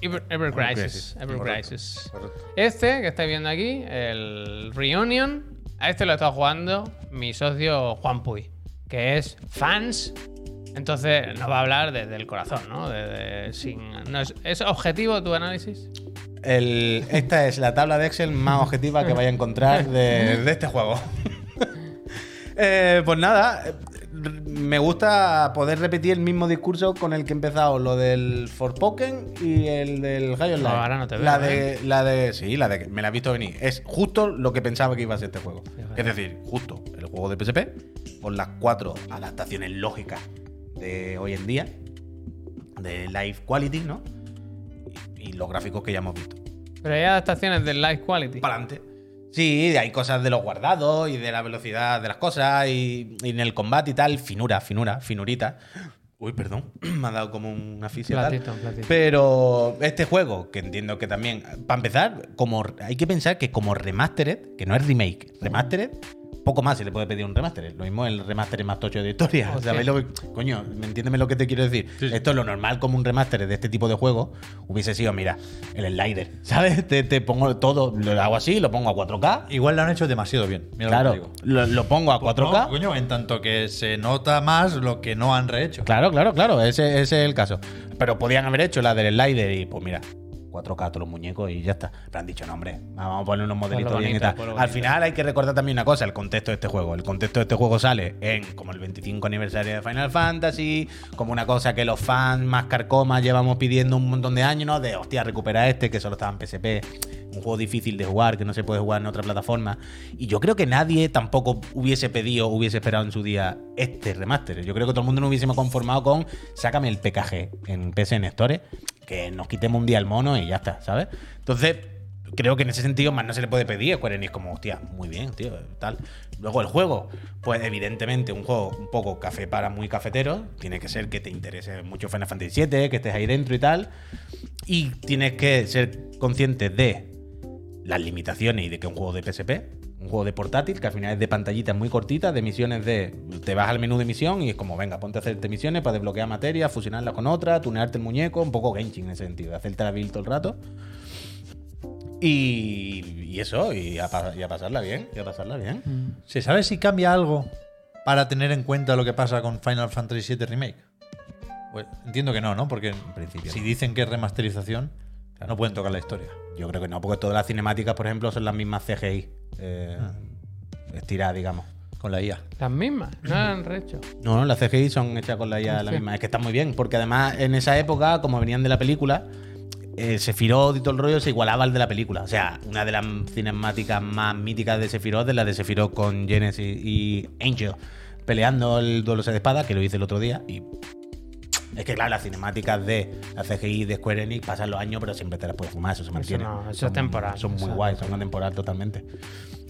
Speaker 1: Ever, Ever Crisis.
Speaker 2: Crisis,
Speaker 1: Ever
Speaker 2: correcto,
Speaker 1: Crisis.
Speaker 2: correcto.
Speaker 1: Este que estáis viendo aquí, el Reunion, a este lo está jugando mi socio Juan Puy, que es fans. Entonces nos va a hablar desde el corazón, ¿no? Desde- sin, no es, ¿es objetivo tu análisis?
Speaker 2: El- esta es la tabla de Excel más objetiva que vaya a encontrar de, de este juego. Eh, pues nada, eh, me gusta poder repetir el mismo discurso con el que he empezado, lo del Forpoken y el del High on Life.
Speaker 1: ahora no te veo, ¿eh?
Speaker 2: La de, la de, sí, la de que me la has visto venir. Es justo lo que pensaba que iba a ser este juego.
Speaker 1: Fíjate.
Speaker 2: Es decir, justo el juego de PSP, con las cuatro adaptaciones lógicas de hoy en día, de Life Quality, ¿no? Y, y los gráficos que ya hemos visto
Speaker 1: Pero hay adaptaciones del Life Quality.
Speaker 2: para adelante. Sí, hay cosas de los guardados y de la velocidad de las cosas y, y en el combate y tal. Finura, finura, finurita. Uy, perdón, me ha dado como una fisia. tal.
Speaker 1: Platito, platito.
Speaker 2: Pero este juego, que entiendo que también, para empezar, como hay que pensar que como remastered, que no es remake, remastered, poco más se le puede pedir a un remastered. Lo mismo el remastered más tocho de historia.
Speaker 1: O sea.
Speaker 2: ¿Sabéis lo que- coño, ¿me entiéndeme lo que te quiero decir?
Speaker 3: Oh, Sí, sí.
Speaker 2: Esto es lo normal como un remastered de este tipo de juego. Hubiese sido, mira, el slider, ¿sabes? Te, te pongo todo, lo hago así, lo pongo a 4K.
Speaker 3: Igual lo han hecho demasiado bien. Mira lo que te
Speaker 2: Claro,
Speaker 3: digo. Pues
Speaker 2: lo, lo pongo a 4K.
Speaker 3: No, coño, en tanto que se nota más lo que no han rehecho.
Speaker 2: Claro, claro, claro, ese, ese es el caso. Pero podían haber hecho la del slider y pues mira, 4K todos los muñecos y ya está. Pero han dicho, no, hombre, vamos a poner unos modelitos
Speaker 1: Ponlo
Speaker 2: bien y
Speaker 1: bonito,
Speaker 2: tal.
Speaker 1: ponlo
Speaker 2: Al
Speaker 1: bonito.
Speaker 2: final hay que recordar también una cosa, el contexto de este juego. El contexto de este juego sale en como el 25 aniversario de Final Fantasy, como una cosa que los fans más carcomas llevamos pidiendo un montón de años, ¿no? De, hostia, recupera este que solo estaba en PSP, un juego difícil de jugar, que no se puede jugar en otra plataforma. Y yo creo que nadie tampoco hubiese pedido, hubiese esperado en su día este remaster. Yo creo que todo el mundo nos hubiésemos conformado con sácame el PKG en PSN Store, que nos quitemos un día el mono y ya está, ¿sabes? Entonces, creo que en ese sentido más no se le puede pedir a Square Enix como, hostia, muy bien, tío, tal. Luego el juego, pues evidentemente un juego un poco café para muy cafetero, tiene que ser que te interese mucho Final Fantasy VII, que estés ahí dentro y tal, y tienes que ser consciente de las limitaciones y de que un juego de PSP, un juego de portátil, que al final es de pantallitas muy cortitas, de misiones de. Te vas al menú de misión y es como, venga, ponte a hacerte misiones para desbloquear materia, fusionarla con otra, tunearte el muñeco, un poco Genshin en ese sentido, hacerte la build todo el rato. Y, y eso, y a, pa- y a pasarla bien, y a pasarla bien.
Speaker 3: Mm. ¿Se sabe si cambia algo para tener en cuenta lo que pasa con Final Fantasy VII Remake? Pues, entiendo que no, ¿no? Porque en
Speaker 2: principio
Speaker 3: si
Speaker 2: no.
Speaker 3: dicen que es remasterización, no pueden tocar la historia.
Speaker 2: Yo creo que no, porque todas las cinemáticas, por ejemplo, son las mismas CGI. eh, Estiradas, digamos.
Speaker 3: Ah. Con la IA.
Speaker 1: Las mismas, no las han rehecho.
Speaker 2: No, no, las CGI son hechas con la IA la
Speaker 1: Ah, Sí.
Speaker 2: misma. Es que está muy bien, porque además en esa época, como venían de la película, eh, Sephiroth y todo el rollo se igualaba al de la película. O sea, una de las cinemáticas más míticas de Sephiroth es la de Sephiroth con Genesis y Angel peleando el duelo de espada, que lo hice el otro día. Y es que, claro, las cinemáticas de la CGI de Square Enix pasan los años, pero siempre te las puedes fumar, eso se mantiene.
Speaker 1: no, eso es
Speaker 2: Son-
Speaker 1: temporal,
Speaker 2: Son muy
Speaker 1: eso.
Speaker 2: guays, son una temporal totalmente.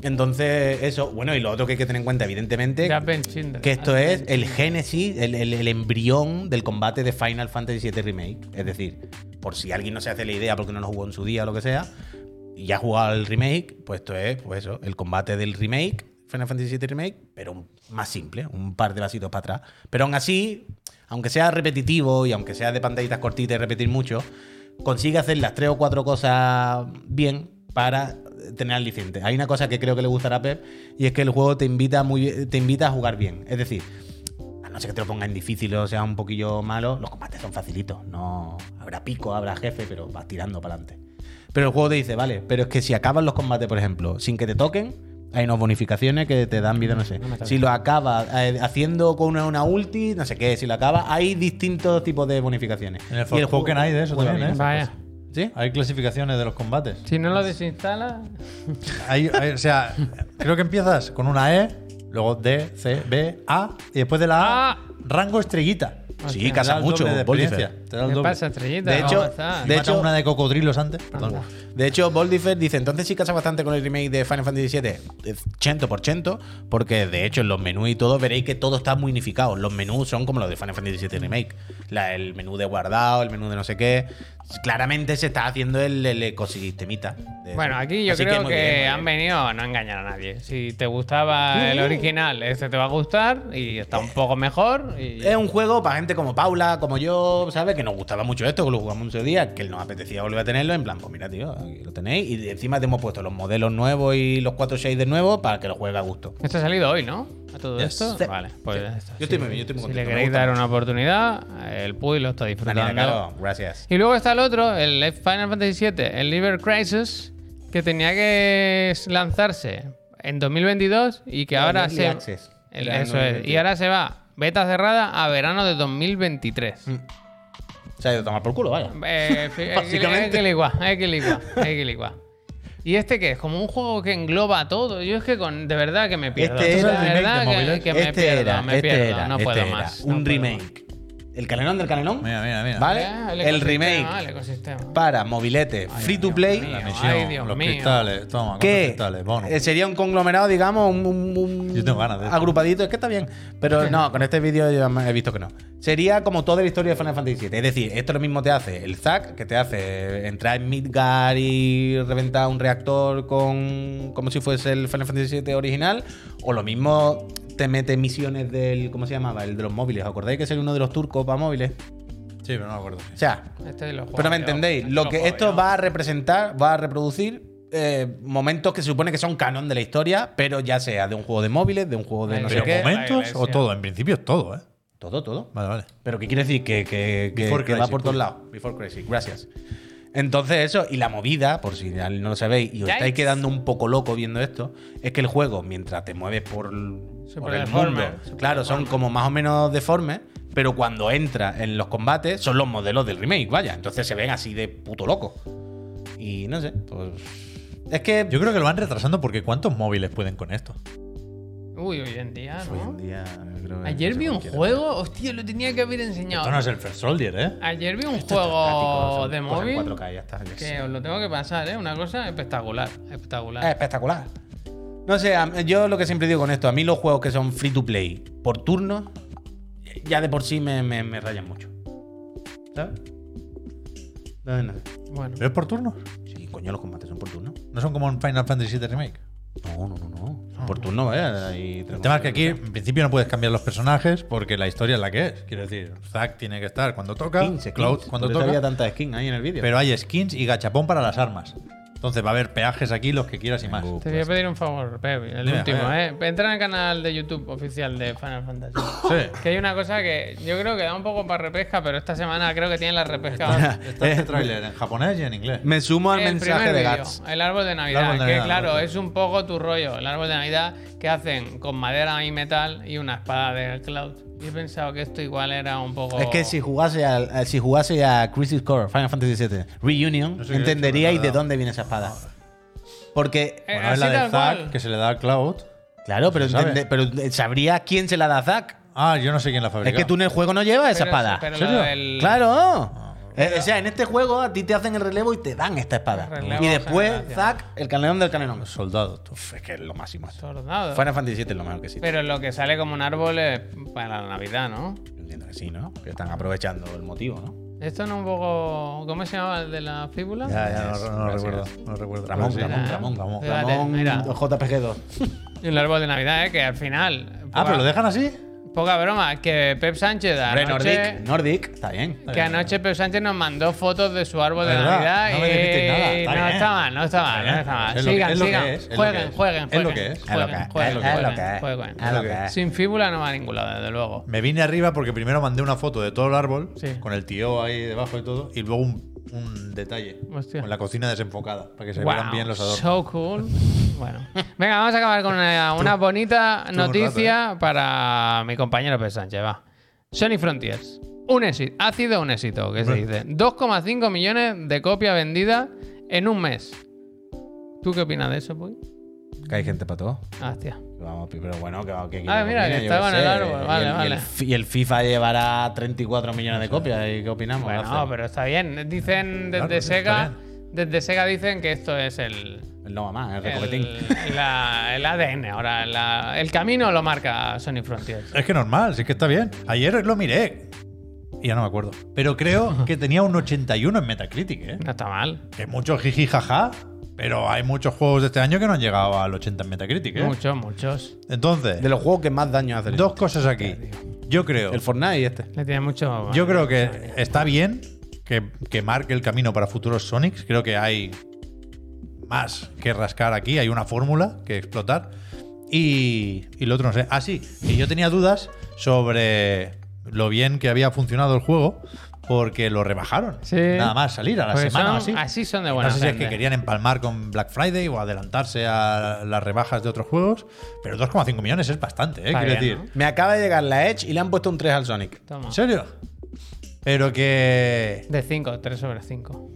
Speaker 2: Entonces, eso, bueno, y lo otro que hay que tener en cuenta, evidentemente,
Speaker 1: Ya Ben Schindler.
Speaker 2: Eh, que esto es el génesis, el, el- el embrión del combate de Final Fantasy VII Remake. Es decir, por si alguien no se hace la idea porque no lo jugó en su día o lo que sea, y ya ha jugado al remake, pues esto es pues eso, el combate del remake, Final Fantasy VII Remake, pero un- más simple, un par de vasitos para atrás. Pero aún así, aunque sea repetitivo y aunque sea de pantallitas cortitas y repetir mucho, consigue hacer las tres o cuatro cosas bien para tener aliciente. Hay una cosa que creo que le gustará a Pep y es que el juego te invita, muy, te invita a jugar bien. Es decir, a no ser que te lo pongan difícil o sea un poquillo malo, los combates son facilitos. No habrá pico, habrá jefe, pero vas tirando para adelante. Pero el juego te dice, vale, pero es que si acaban los combates, por ejemplo, sin que te toquen, hay unas bonificaciones que te dan vida, no sé. si lo acabas eh, haciendo con una, una ulti, no sé qué, si lo acabas, hay distintos tipos de bonificaciones.
Speaker 3: En el
Speaker 2: Y juego
Speaker 3: Forspoken hay de eso
Speaker 2: juega
Speaker 3: también, ¿eh?
Speaker 2: bien.
Speaker 1: Vaya.
Speaker 2: ¿Sí?
Speaker 3: Hay clasificaciones de los combates.
Speaker 1: Si no lo desinstala.
Speaker 3: Hay- hay- o sea, creo que empiezas con una E, luego D, C, B, A, y después de la
Speaker 1: Ah.
Speaker 3: A, rango estrellita.
Speaker 2: Sí,
Speaker 3: Te da
Speaker 2: casa
Speaker 3: el
Speaker 2: mucho,
Speaker 3: doble de
Speaker 2: Boldifer.
Speaker 3: experiencia. Te da el
Speaker 1: ¿Qué
Speaker 3: doble.
Speaker 1: pasa, estrellita?
Speaker 2: De
Speaker 1: ¿Cómo
Speaker 2: hecho,
Speaker 1: estás?
Speaker 2: de-
Speaker 3: Mata
Speaker 2: hecho-
Speaker 3: una de cocodrilos antes. Perdón.
Speaker 1: Anda.
Speaker 2: De hecho, Boldifer dice, entonces sí casa bastante con el remake de Final Fantasy VII, eh, 100%, porque de hecho en los menús y todo veréis que todo está muy unificado. Los menús son como los de Final Fantasy VII Remake. La- el menú de guardado, el menú de no sé qué. Claramente se está haciendo el, el ecosistemita. de-
Speaker 1: Bueno, aquí yo
Speaker 2: Eh, Así
Speaker 1: creo que,
Speaker 2: muy bien, muy bien. Uh.
Speaker 1: han venido a no engañar a nadie. Si te gustaba el original, este te va a gustar y está un poco mejor. Y...
Speaker 2: Es un juego para gente como Paula, como yo, ¿sabes? Que nos gustaba mucho esto, que lo jugamos muchos días, que nos apetecía volver a tenerlo. En plan, pues mira, tío, aquí lo tenéis. Y encima te hemos puesto los modelos nuevos y los 4 shades de nuevo para que lo juegue a gusto.
Speaker 1: Esto este ha salido hoy, ¿no? A todo
Speaker 2: Yes.
Speaker 1: esto.
Speaker 2: Sí.
Speaker 1: Vale, pues ya está.
Speaker 2: Yo estoy muy bien, yo estoy muy
Speaker 1: Si
Speaker 2: contento,
Speaker 1: le
Speaker 2: me
Speaker 1: queréis
Speaker 2: gusta
Speaker 1: dar
Speaker 2: mucho.
Speaker 1: una oportunidad, el Puy lo está disfrutando.
Speaker 2: Daniela Caro, gracias.
Speaker 1: Y luego está el otro, el Final Fantasy VII, el Liber Crisis, que tenía que lanzarse en 2022 y que
Speaker 2: El
Speaker 1: ahora
Speaker 2: Early
Speaker 1: se.
Speaker 2: Access.
Speaker 1: el-
Speaker 2: Era en
Speaker 1: eso es.
Speaker 2: 2022.
Speaker 1: Y ahora se va, beta cerrada, a verano de
Speaker 2: Mm.
Speaker 1: 2023.
Speaker 2: Se ha ido a tomar por culo, vaya.
Speaker 1: Eh, fi- hay que- hay que licuar, hay que licuar, hay que licuar. ¿Y este qué? Es como un juego que engloba todo. Yo es que con, de verdad que me pierdo.
Speaker 2: Este
Speaker 1: De
Speaker 2: era el remake
Speaker 1: verdad
Speaker 3: de
Speaker 1: que-
Speaker 3: móviles.
Speaker 1: que me pierdo, me pierdo, no puedo
Speaker 2: este era.
Speaker 1: más. no
Speaker 2: Un
Speaker 1: puedo más.
Speaker 2: remake. El canelón del canelón.
Speaker 3: Mira, mira, mira.
Speaker 2: ¿Vale?
Speaker 1: Ah,
Speaker 2: el,
Speaker 1: ecosistema,
Speaker 2: remake
Speaker 1: ah, el ecosistema.
Speaker 2: para mobilete free to play.
Speaker 1: mío.
Speaker 3: La misión,
Speaker 1: Ay, Dios
Speaker 3: los
Speaker 1: mío.
Speaker 3: cristales. Toma, con los
Speaker 2: que
Speaker 3: cristales. Bono.
Speaker 2: eh, sería un conglomerado, digamos, un, un- un
Speaker 3: Yo tengo ganas de esto.
Speaker 2: agrupadito, es que está bien, pero no, con este vídeo yo he visto que no. Sería como toda la historia de Final Fantasy VII, es decir, esto lo mismo te hace el Zack, que te hace entrar en Midgar y reventar un reactor con como si fuese el Final Fantasy VII original, o lo mismo te mete misiones del, ¿cómo se llamaba? El de los móviles, ¿os acordáis que sería uno de los turcos para móviles?
Speaker 3: Sí, pero no me acuerdo.
Speaker 2: O sea,
Speaker 1: Este lo juego
Speaker 2: pero me
Speaker 1: yo,
Speaker 2: entendéis,
Speaker 1: este
Speaker 2: lo que
Speaker 1: juego
Speaker 2: esto
Speaker 1: yo.
Speaker 2: va a representar, va a reproducir eh, momentos que se supone que son canon de la historia, pero ya sea de un juego de móviles, de un juego de no
Speaker 1: Pero
Speaker 2: sé
Speaker 3: ¿Pero
Speaker 2: qué.
Speaker 3: momentos o
Speaker 1: iglesia.
Speaker 3: todo? En principio todo, ¿eh?
Speaker 2: Todo, todo.
Speaker 3: Vale, vale.
Speaker 2: Pero ¿qué quiere decir? Que, que- que-
Speaker 3: Before
Speaker 2: que
Speaker 3: Crazy,
Speaker 2: va por todos
Speaker 3: pues.
Speaker 2: lados. Before Crazy, gracias. Entonces eso, y la movida, por si ya no lo sabéis, y os estáis
Speaker 1: Yikes.
Speaker 2: quedando un poco loco viendo esto, es que el juego, mientras te mueves por, l-
Speaker 1: Se
Speaker 2: por
Speaker 1: pone
Speaker 2: el
Speaker 1: deforme,
Speaker 2: mundo,
Speaker 1: se pone
Speaker 2: claro, son
Speaker 1: deforme.
Speaker 2: como más o menos deformes, pero cuando entra en los combates son los modelos del remake, vaya. Entonces se ven así de puto loco. Y no sé, pues... Es que...
Speaker 3: Yo creo que lo van retrasando porque ¿cuántos móviles pueden con esto?
Speaker 1: Uy, hoy en día, ¿no?
Speaker 2: Hoy en día, yo creo que
Speaker 1: Ayer
Speaker 2: no sé
Speaker 1: vi un
Speaker 2: cualquiera.
Speaker 1: juego, hostia, lo tenía que haber enseñado.
Speaker 3: Esto no es el First Soldier, ¿eh?
Speaker 1: Ayer vi un
Speaker 2: Esto es táctico,
Speaker 1: juego
Speaker 2: son
Speaker 1: de
Speaker 2: cosas en
Speaker 1: móvil
Speaker 2: 4K, ya está, ya sé.
Speaker 1: que os lo tengo que pasar, ¿eh? Una cosa espectacular, espectacular.
Speaker 2: Es espectacular. No sé, a- yo lo que siempre digo con esto, a mí los juegos que son free to play por turno, ya de por sí me, me- me rayan mucho. ¿Sabes? No, no.
Speaker 1: Bueno.
Speaker 3: ¿Pero es por turnos?
Speaker 2: Sí, coño, los combates son por turno.
Speaker 3: No son como en Final Fantasy VII Remake.
Speaker 2: No, no, no, no. Son Por turno, ¿eh?
Speaker 3: Ah. El tema es que aquí, en principio, no puedes cambiar los personajes porque la historia es la que es. Quiero decir, Zack tiene que estar cuando toca, Cloud cuando
Speaker 2: había
Speaker 3: toca,
Speaker 2: tanta skin ahí en el vídeo.
Speaker 3: pero hay skins y gachapón para las armas. Entonces va a haber peajes aquí, los que quieras y más.
Speaker 2: Tengo-
Speaker 1: Te voy a pedir un favor, Pep, el
Speaker 3: Dime,
Speaker 1: último,
Speaker 3: dime.
Speaker 1: ¿eh? Entra en el canal de YouTube oficial de Final Fantasy.
Speaker 3: Sí.
Speaker 1: Que hay una cosa que yo creo que da un poco para repesca, pero esta semana creo que tienen la repesca.
Speaker 3: Está este tráiler en japonés y en inglés.
Speaker 2: Me sumo al
Speaker 1: El
Speaker 2: mensaje
Speaker 1: primer
Speaker 2: de
Speaker 1: vídeo,
Speaker 2: Gats.
Speaker 1: El árbol de Navidad,
Speaker 3: árbol de
Speaker 1: que
Speaker 3: Navidad,
Speaker 1: claro,
Speaker 3: ¿no?
Speaker 1: es un poco tu rollo. El árbol de Navidad que hacen con madera y metal y una espada de Cloud. Y he pensado que esto igual era un poco...
Speaker 2: Es que si jugase, al- a, si jugase a Crisis Core, Final Fantasy VII Reunion,
Speaker 3: No sé qué he
Speaker 2: entenderíais
Speaker 3: hecho,
Speaker 2: de
Speaker 3: pero
Speaker 2: dónde viene esa espada. Porque
Speaker 1: Eh,
Speaker 3: Bueno, es la
Speaker 1: así
Speaker 3: de
Speaker 1: tal
Speaker 3: Zack
Speaker 1: cual.
Speaker 3: que se le da a Cloud.
Speaker 2: Claro, pero,
Speaker 3: se sabe.
Speaker 2: entende- pero sabría quién se la da a Zack.
Speaker 3: Ah, yo no sé quién la
Speaker 2: Es
Speaker 3: fabricó.
Speaker 2: que tú en el juego no llevas esa
Speaker 1: Pero-
Speaker 2: espada.
Speaker 1: pero
Speaker 2: ¿En
Speaker 1: lo
Speaker 2: serio?
Speaker 1: del-
Speaker 2: Claro. Eh, o sea, en este juego a ti te hacen el relevo y te dan esta espada.
Speaker 1: El relevo
Speaker 2: Y después,
Speaker 1: generación.
Speaker 2: Zack, el canelón del canelón.
Speaker 3: Soldado. tú.
Speaker 2: Uf, es que es lo máximo. esto.
Speaker 1: Soldado.
Speaker 2: Final Fantasy VII es lo mejor que existe.
Speaker 1: Pero lo que sale como un árbol es para la Navidad, ¿no?
Speaker 2: Yo Entiendo que sí, ¿no? Que están aprovechando el motivo, ¿no?
Speaker 1: Esto no un poco. ¿Cómo se llamaba el de la fíbula?
Speaker 3: Ya, ya, no, no
Speaker 1: Gracias.
Speaker 3: recuerdo. No recuerdo.
Speaker 2: Ramón,
Speaker 3: Pero sí.
Speaker 2: Ramón, Ramón,
Speaker 1: Ramón.
Speaker 2: Ramón.
Speaker 1: Fíjate, mira.
Speaker 2: JPG2.
Speaker 1: Y el árbol de Navidad, ¿eh? que al final.
Speaker 3: Ah,
Speaker 1: poca-
Speaker 3: pero lo dejan así.
Speaker 1: Poca broma, que Pep Sánchez
Speaker 2: Hombre,
Speaker 1: anoche,
Speaker 2: Nordic. Nordic, está bien.
Speaker 1: que anoche Pep Sánchez nos mandó fotos de su árbol de
Speaker 3: ¿Verdad?
Speaker 1: Navidad
Speaker 3: No
Speaker 1: y
Speaker 3: me dijiste nada. Está
Speaker 1: no
Speaker 3: bien.
Speaker 1: está mal, no está mal, no está mal.
Speaker 3: Es lo que-
Speaker 1: Sigan,
Speaker 3: es lo que
Speaker 1: sigan.
Speaker 3: es, es lo que
Speaker 1: Jueguen,
Speaker 3: es.
Speaker 1: jueguen,
Speaker 3: Es lo
Speaker 1: jueguen.
Speaker 3: que es.
Speaker 2: Es lo que
Speaker 1: Jueguen,
Speaker 2: es,
Speaker 1: jueguen,
Speaker 2: es lo que
Speaker 1: jueguen,
Speaker 2: es,
Speaker 1: jueguen.
Speaker 2: es lo que es.
Speaker 1: Sin fíbula no va a ningún lado, desde luego.
Speaker 3: Me vine arriba porque primero mandé una foto de todo el árbol,
Speaker 1: Sí.
Speaker 3: con el tío ahí debajo y todo, y luego un, un detalle,
Speaker 1: Hostia.
Speaker 3: con la cocina desenfocada, para que se
Speaker 1: Wow,
Speaker 3: vieran bien los adornos.
Speaker 1: so cool. Bueno, venga, vamos a acabar con una, una bonita
Speaker 3: tú un eh.
Speaker 1: noticia para mi compañero Pep Sánchez. Va. Sony Frontiers. Un éxito. Ha sido un éxito, que se dice. 2,5 millones de copias vendidas en un mes. ¿Tú qué opinas de eso, Puy?
Speaker 2: Que hay gente para todo.
Speaker 1: Ah, hostia.
Speaker 2: Vamos, pero bueno, que, que
Speaker 1: Ah, mira, que estaba en el árbol, vale,
Speaker 2: y el, Y
Speaker 1: vale.
Speaker 2: el, fi- y el FIFA llevará 34 millones de copias. ¿Y qué opinamos?
Speaker 1: Bueno,
Speaker 2: Gracias.
Speaker 1: pero está bien. Dicen desde
Speaker 3: Claro, pues está
Speaker 1: Sega. Desde Sega dicen que esto es el.
Speaker 2: No va más, el recoletín.
Speaker 1: El, la- el ADN. Ahora, la- el camino lo marca Sony Frontiers.
Speaker 3: Es que normal, sí que está bien. Ayer lo miré. Y ya no me acuerdo. Pero creo que tenía un 81 en Metacritic, ¿eh?
Speaker 1: No está mal.
Speaker 3: Que mucho jiji jaja, pero hay muchos juegos de este año que no han llegado al 80 en Metacritic, ¿eh?
Speaker 1: Muchos, muchos.
Speaker 3: Entonces,
Speaker 2: De los juegos que más daño hacen.
Speaker 3: dos cosas aquí. Yo creo,
Speaker 2: El Fortnite y este.
Speaker 1: Le tiene mucho.
Speaker 3: yo creo que está bien que, que marque el camino para futuros Sonics. Creo que hay más que rascar aquí, hay una fórmula que explotar. Y, y lo otro no sé. Ah, sí, que yo tenía dudas sobre lo bien que había funcionado el juego porque lo rebajaron.
Speaker 1: Sí. Pues
Speaker 3: Nada más salir a la
Speaker 1: Porque
Speaker 3: semana o así.
Speaker 1: son- así son de
Speaker 3: No
Speaker 1: buena
Speaker 3: sé si es que
Speaker 1: gente.
Speaker 3: querían empalmar con Black Friday o adelantarse a las rebajas de otros juegos, pero 2,5 millones es bastante, ¿eh?
Speaker 1: Está
Speaker 3: Quiero
Speaker 1: bien,
Speaker 3: decir,
Speaker 2: Me acaba de llegar la Edge y le han puesto un 3 al Sonic.
Speaker 1: Toma.
Speaker 3: ¿en serio? Pero que
Speaker 1: De 5, 3 sobre 5.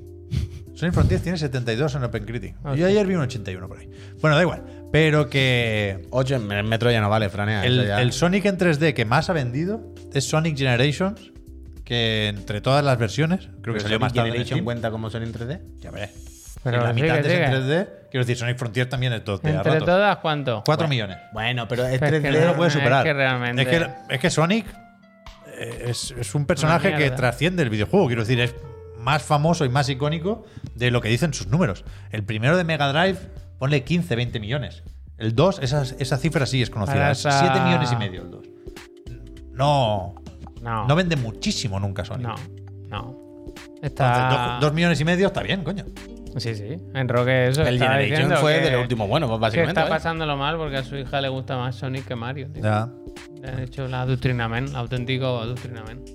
Speaker 3: Sonic Frontiers tiene 72 en OpenCritic.
Speaker 1: Ah, sí.
Speaker 3: Yo ayer vi un 81 por ahí. Bueno, da igual. Pero que
Speaker 2: 8 en el metro ya no vale, Franea.
Speaker 3: el,
Speaker 2: Ah, eso ya-
Speaker 3: el Sonic en 3D que más ha vendido es Sonic Generations, que entre todas las versiones, creo
Speaker 2: Pero
Speaker 3: que salió
Speaker 2: Sonic
Speaker 3: más tarde. en
Speaker 2: Generation
Speaker 3: Steam.
Speaker 2: cuenta como Sonic 3D?
Speaker 3: Ya veré.
Speaker 1: Pero
Speaker 3: la
Speaker 1: sigue,
Speaker 3: mitad es
Speaker 1: sigue.
Speaker 3: en 3D. Quiero decir, Sonic Frontiers también es 2D. a
Speaker 1: ¿Entre
Speaker 3: ratos.
Speaker 1: todas cuánto?
Speaker 3: 4 millones.
Speaker 2: Bueno, pero es
Speaker 1: Pero es que
Speaker 2: 3D.
Speaker 3: Pero no
Speaker 1: no-
Speaker 3: lo puede
Speaker 1: es
Speaker 3: superar.
Speaker 1: que realmente-
Speaker 3: Es que, es que Sonic eh, es, es un personaje
Speaker 1: Una
Speaker 3: que
Speaker 1: mierda.
Speaker 3: trasciende el videojuego. Quiero decir, es más famoso y más icónico de lo que dicen sus números. El primero de Mega Drive, ponle 15, 20 millones. El 2, esa, esa cifra sí es
Speaker 1: Ahora
Speaker 3: conocida.
Speaker 1: está-
Speaker 3: 7 millones y medio el 2. No.
Speaker 1: No.
Speaker 3: No vende muchísimo nunca Sonic.
Speaker 1: No. no. Está.
Speaker 3: 2 millones y medio está bien, coño.
Speaker 1: Sí, sí. En Roque eso.
Speaker 2: El
Speaker 1: estaba
Speaker 2: Generation
Speaker 1: diciendo
Speaker 2: fue
Speaker 1: que-
Speaker 2: de lo último bueno, pues,
Speaker 1: Que
Speaker 2: básicamente.
Speaker 1: está
Speaker 2: ¿eh?
Speaker 1: pasándolo mal porque a su hija le gusta más Sonic que Mario. tío.
Speaker 3: Ya.
Speaker 1: Le han hecho la adoctrinamiento, auténtico adoctrinamiento.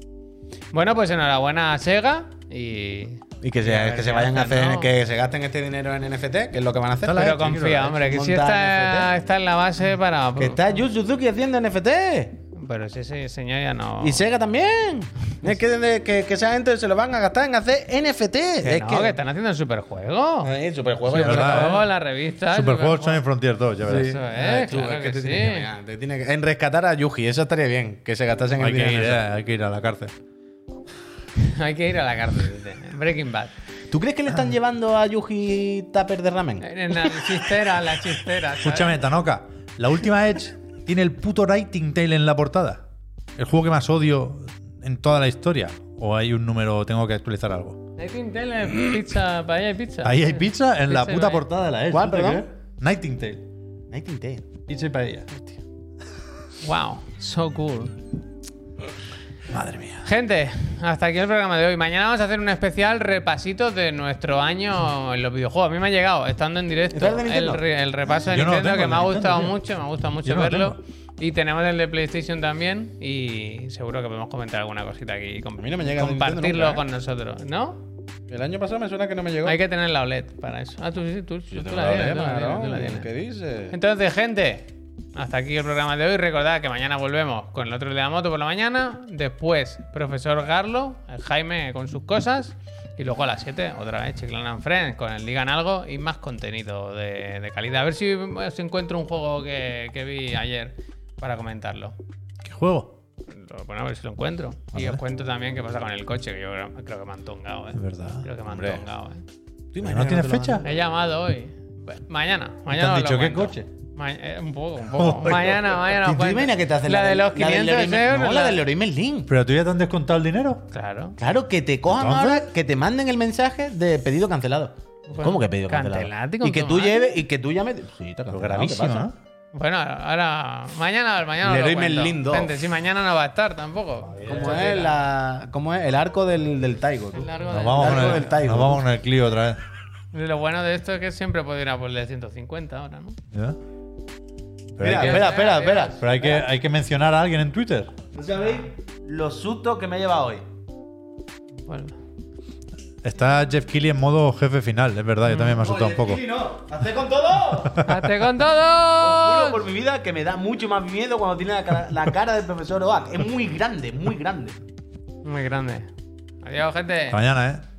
Speaker 1: Bueno, pues enhorabuena a Sega y.
Speaker 2: Y que
Speaker 1: A ver,
Speaker 2: se, que
Speaker 1: ¿qué
Speaker 2: se vayan a
Speaker 1: hacen,
Speaker 2: hacer,
Speaker 1: no?
Speaker 2: que se gasten este dinero en NFT, que es lo que van a hacer.
Speaker 3: Hola,
Speaker 1: Pero
Speaker 3: eh, tranquilo,
Speaker 1: confía,
Speaker 3: eh.
Speaker 1: hombre, que si
Speaker 2: Montar
Speaker 1: está,
Speaker 2: NFT.
Speaker 1: está en la base para.
Speaker 2: Que está Yu Suzuki haciendo NFT.
Speaker 1: Pero si ese señor ya no.
Speaker 2: Y Sega también. Es que, que, que esa gente se lo van a gastar en hacer NFT.
Speaker 1: Que
Speaker 2: es
Speaker 1: no,
Speaker 2: que.
Speaker 1: que... están haciendo el superjuego.
Speaker 2: Eh, superjuego, ya
Speaker 3: verdad,
Speaker 2: lo
Speaker 1: Superjuego,
Speaker 3: ¿eh?
Speaker 1: la revista.
Speaker 3: Superjuego Sonic Frontiers 2, ya verás.
Speaker 1: Eso
Speaker 2: sabes
Speaker 1: es,
Speaker 2: Ah, tú,
Speaker 1: claro
Speaker 2: es Eh, que
Speaker 1: que
Speaker 2: te
Speaker 1: sí.
Speaker 2: tiene que pegar, te tiene que- En rescatar a Yuji, eso estaría bien. Que se gastasen
Speaker 3: Hay
Speaker 2: el
Speaker 3: que
Speaker 2: dinero.
Speaker 3: ir,
Speaker 2: en
Speaker 3: eh,
Speaker 2: eso.
Speaker 3: hay que ir a la cárcel.
Speaker 1: Hay que ir a la cárcel. dice. Breaking Bad.
Speaker 2: ¿Tú crees que le están llevando a Yuji tupper de ramen?
Speaker 1: En la chistera, la chistera. ¿sabes?
Speaker 3: Escúchame, Tanoka. La última Edge tiene el puto Writing Tail en la portada. El juego que más odio en toda la historia. O hay un número, tengo que actualizar algo.
Speaker 1: Nightingale, pizza, para allá hay pizza.
Speaker 3: Ahí hay pizza en la
Speaker 1: Pizza y
Speaker 3: puta
Speaker 1: paella.
Speaker 3: portada de la Edge. ¿tú
Speaker 2: ¿Cuál,
Speaker 3: te
Speaker 2: perdón?
Speaker 3: crees? Nightingale.
Speaker 2: Nightingale.
Speaker 3: Pizza y paella.
Speaker 1: Wow, so cool.
Speaker 3: Madre mía.
Speaker 1: Gente, hasta aquí el programa de hoy. Mañana vamos a hacer un especial repasito de nuestro año en los videojuegos. A mí me ha llegado, estando en directo,
Speaker 2: ¿Está el de
Speaker 1: el,
Speaker 2: Nintendo?
Speaker 1: re- el repaso de
Speaker 3: Yo no lo
Speaker 1: Nintendo
Speaker 3: tengo,
Speaker 1: que
Speaker 3: el
Speaker 1: me ha
Speaker 3: de
Speaker 1: gustado
Speaker 3: Nintendo,
Speaker 1: mucho, me gusta mucho
Speaker 3: Yo no lo
Speaker 1: verlo.
Speaker 3: tengo.
Speaker 1: Y tenemos el de PlayStation también y seguro que podemos comentar alguna cosita aquí y com-
Speaker 2: A mí no me llega el de Nintendo
Speaker 1: compartirlo
Speaker 2: nunca, ¿eh?
Speaker 1: con nosotros, ¿no?
Speaker 2: El año pasado me suena que no me llegó.
Speaker 1: Hay que tener la OLED para eso. Ah, tú, sí, tú, tú
Speaker 2: Yo tengo
Speaker 1: la tienes,
Speaker 2: problema,
Speaker 1: tú la tienes, tú la
Speaker 2: ¿no?
Speaker 1: tienes.
Speaker 2: ¿Qué dices?
Speaker 1: Entonces, gente, hasta aquí el programa de hoy. Recordad que mañana volvemos con el otro de la moto por la mañana. Después, profesor Garlo, el Jaime con sus cosas. Y luego a las 7, otra vez, Chiclana and Friends con el Digan Algo y más contenido de, de calidad. A ver si os encuentro un juego que, que vi ayer para comentarlo.
Speaker 3: ¿Qué juego?
Speaker 1: Lo- Bueno, a ver si lo encuentro. Y os cuento también qué pasa con el coche, que yo creo, creo que me han tongado, ¿eh?
Speaker 3: Es verdad.
Speaker 1: Creo que me han
Speaker 2: Hombre.
Speaker 1: tongado, ¿eh.
Speaker 3: ¿No tienes fecha?
Speaker 1: He llamado hoy. Bueno, Mañana,
Speaker 3: ¿Te
Speaker 1: mañana.
Speaker 3: han
Speaker 1: os lo
Speaker 3: dicho qué
Speaker 1: cuento.
Speaker 3: coche?
Speaker 1: Ma- eh, un poco, un poco. mañana, mañana.
Speaker 2: ¿Tú
Speaker 1: os
Speaker 2: te
Speaker 1: cuento.
Speaker 2: imaginas que te hacen
Speaker 1: la, de
Speaker 2: del-
Speaker 1: los
Speaker 2: la del
Speaker 1: 500
Speaker 2: Leroy-
Speaker 1: euros?
Speaker 2: No, la del Leroy Merlin.
Speaker 3: ¿Pero tú ya te han descontado el dinero?
Speaker 1: Claro.
Speaker 2: Claro, que te cojan
Speaker 3: ¿Entonces?
Speaker 2: ahora, que te manden el mensaje de pedido cancelado.
Speaker 1: Bueno,
Speaker 2: ¿Cómo que pedido cancelado?
Speaker 1: cancelate con
Speaker 2: Y que
Speaker 1: tu
Speaker 2: tú
Speaker 1: madre.
Speaker 2: lleves, y que tú llames. Sí, está cancelado.
Speaker 3: Pero
Speaker 2: ¿qué
Speaker 3: gravísimo,
Speaker 2: pasa?
Speaker 3: ¿no?
Speaker 1: Bueno, ahora. Mañana, mañana. os lo
Speaker 2: Leroy
Speaker 1: cuento.
Speaker 2: Merlin dos.
Speaker 1: Gente, sí, mañana no va a estar tampoco.
Speaker 2: ¿Cómo es, la, ¿Cómo es el arco del, del Taigo? tú?
Speaker 1: El largo
Speaker 3: Nos
Speaker 1: de-
Speaker 3: vamos,
Speaker 2: largo
Speaker 3: con
Speaker 2: del
Speaker 3: el,
Speaker 2: Taibo.
Speaker 3: nos vamos con el Clio otra vez.
Speaker 1: Lo bueno de esto es que siempre puedo ir a por el de 150 ahora, ¿no?
Speaker 3: ¿Ya? Pero,
Speaker 2: Espera,
Speaker 3: hay que,
Speaker 2: espera, espera, espera.
Speaker 3: pero hay, que, hay que mencionar a alguien en Twitter.
Speaker 2: ¿No sabéis los sustos que me he llevado hoy?
Speaker 1: Bueno.
Speaker 3: Está Jeff Keighley en modo jefe final, es verdad, yo también me he asustado un poco.
Speaker 2: no! ¡Hacé con todo!
Speaker 1: ¡Hazte con
Speaker 2: Os juro
Speaker 1: todo!
Speaker 2: por mi vida que me da mucho más miedo cuando tiene la cara, la cara del profesor Oak. Es muy grande, muy grande.
Speaker 1: Muy grande. Adiós, gente.
Speaker 3: Hasta mañana, ¿eh?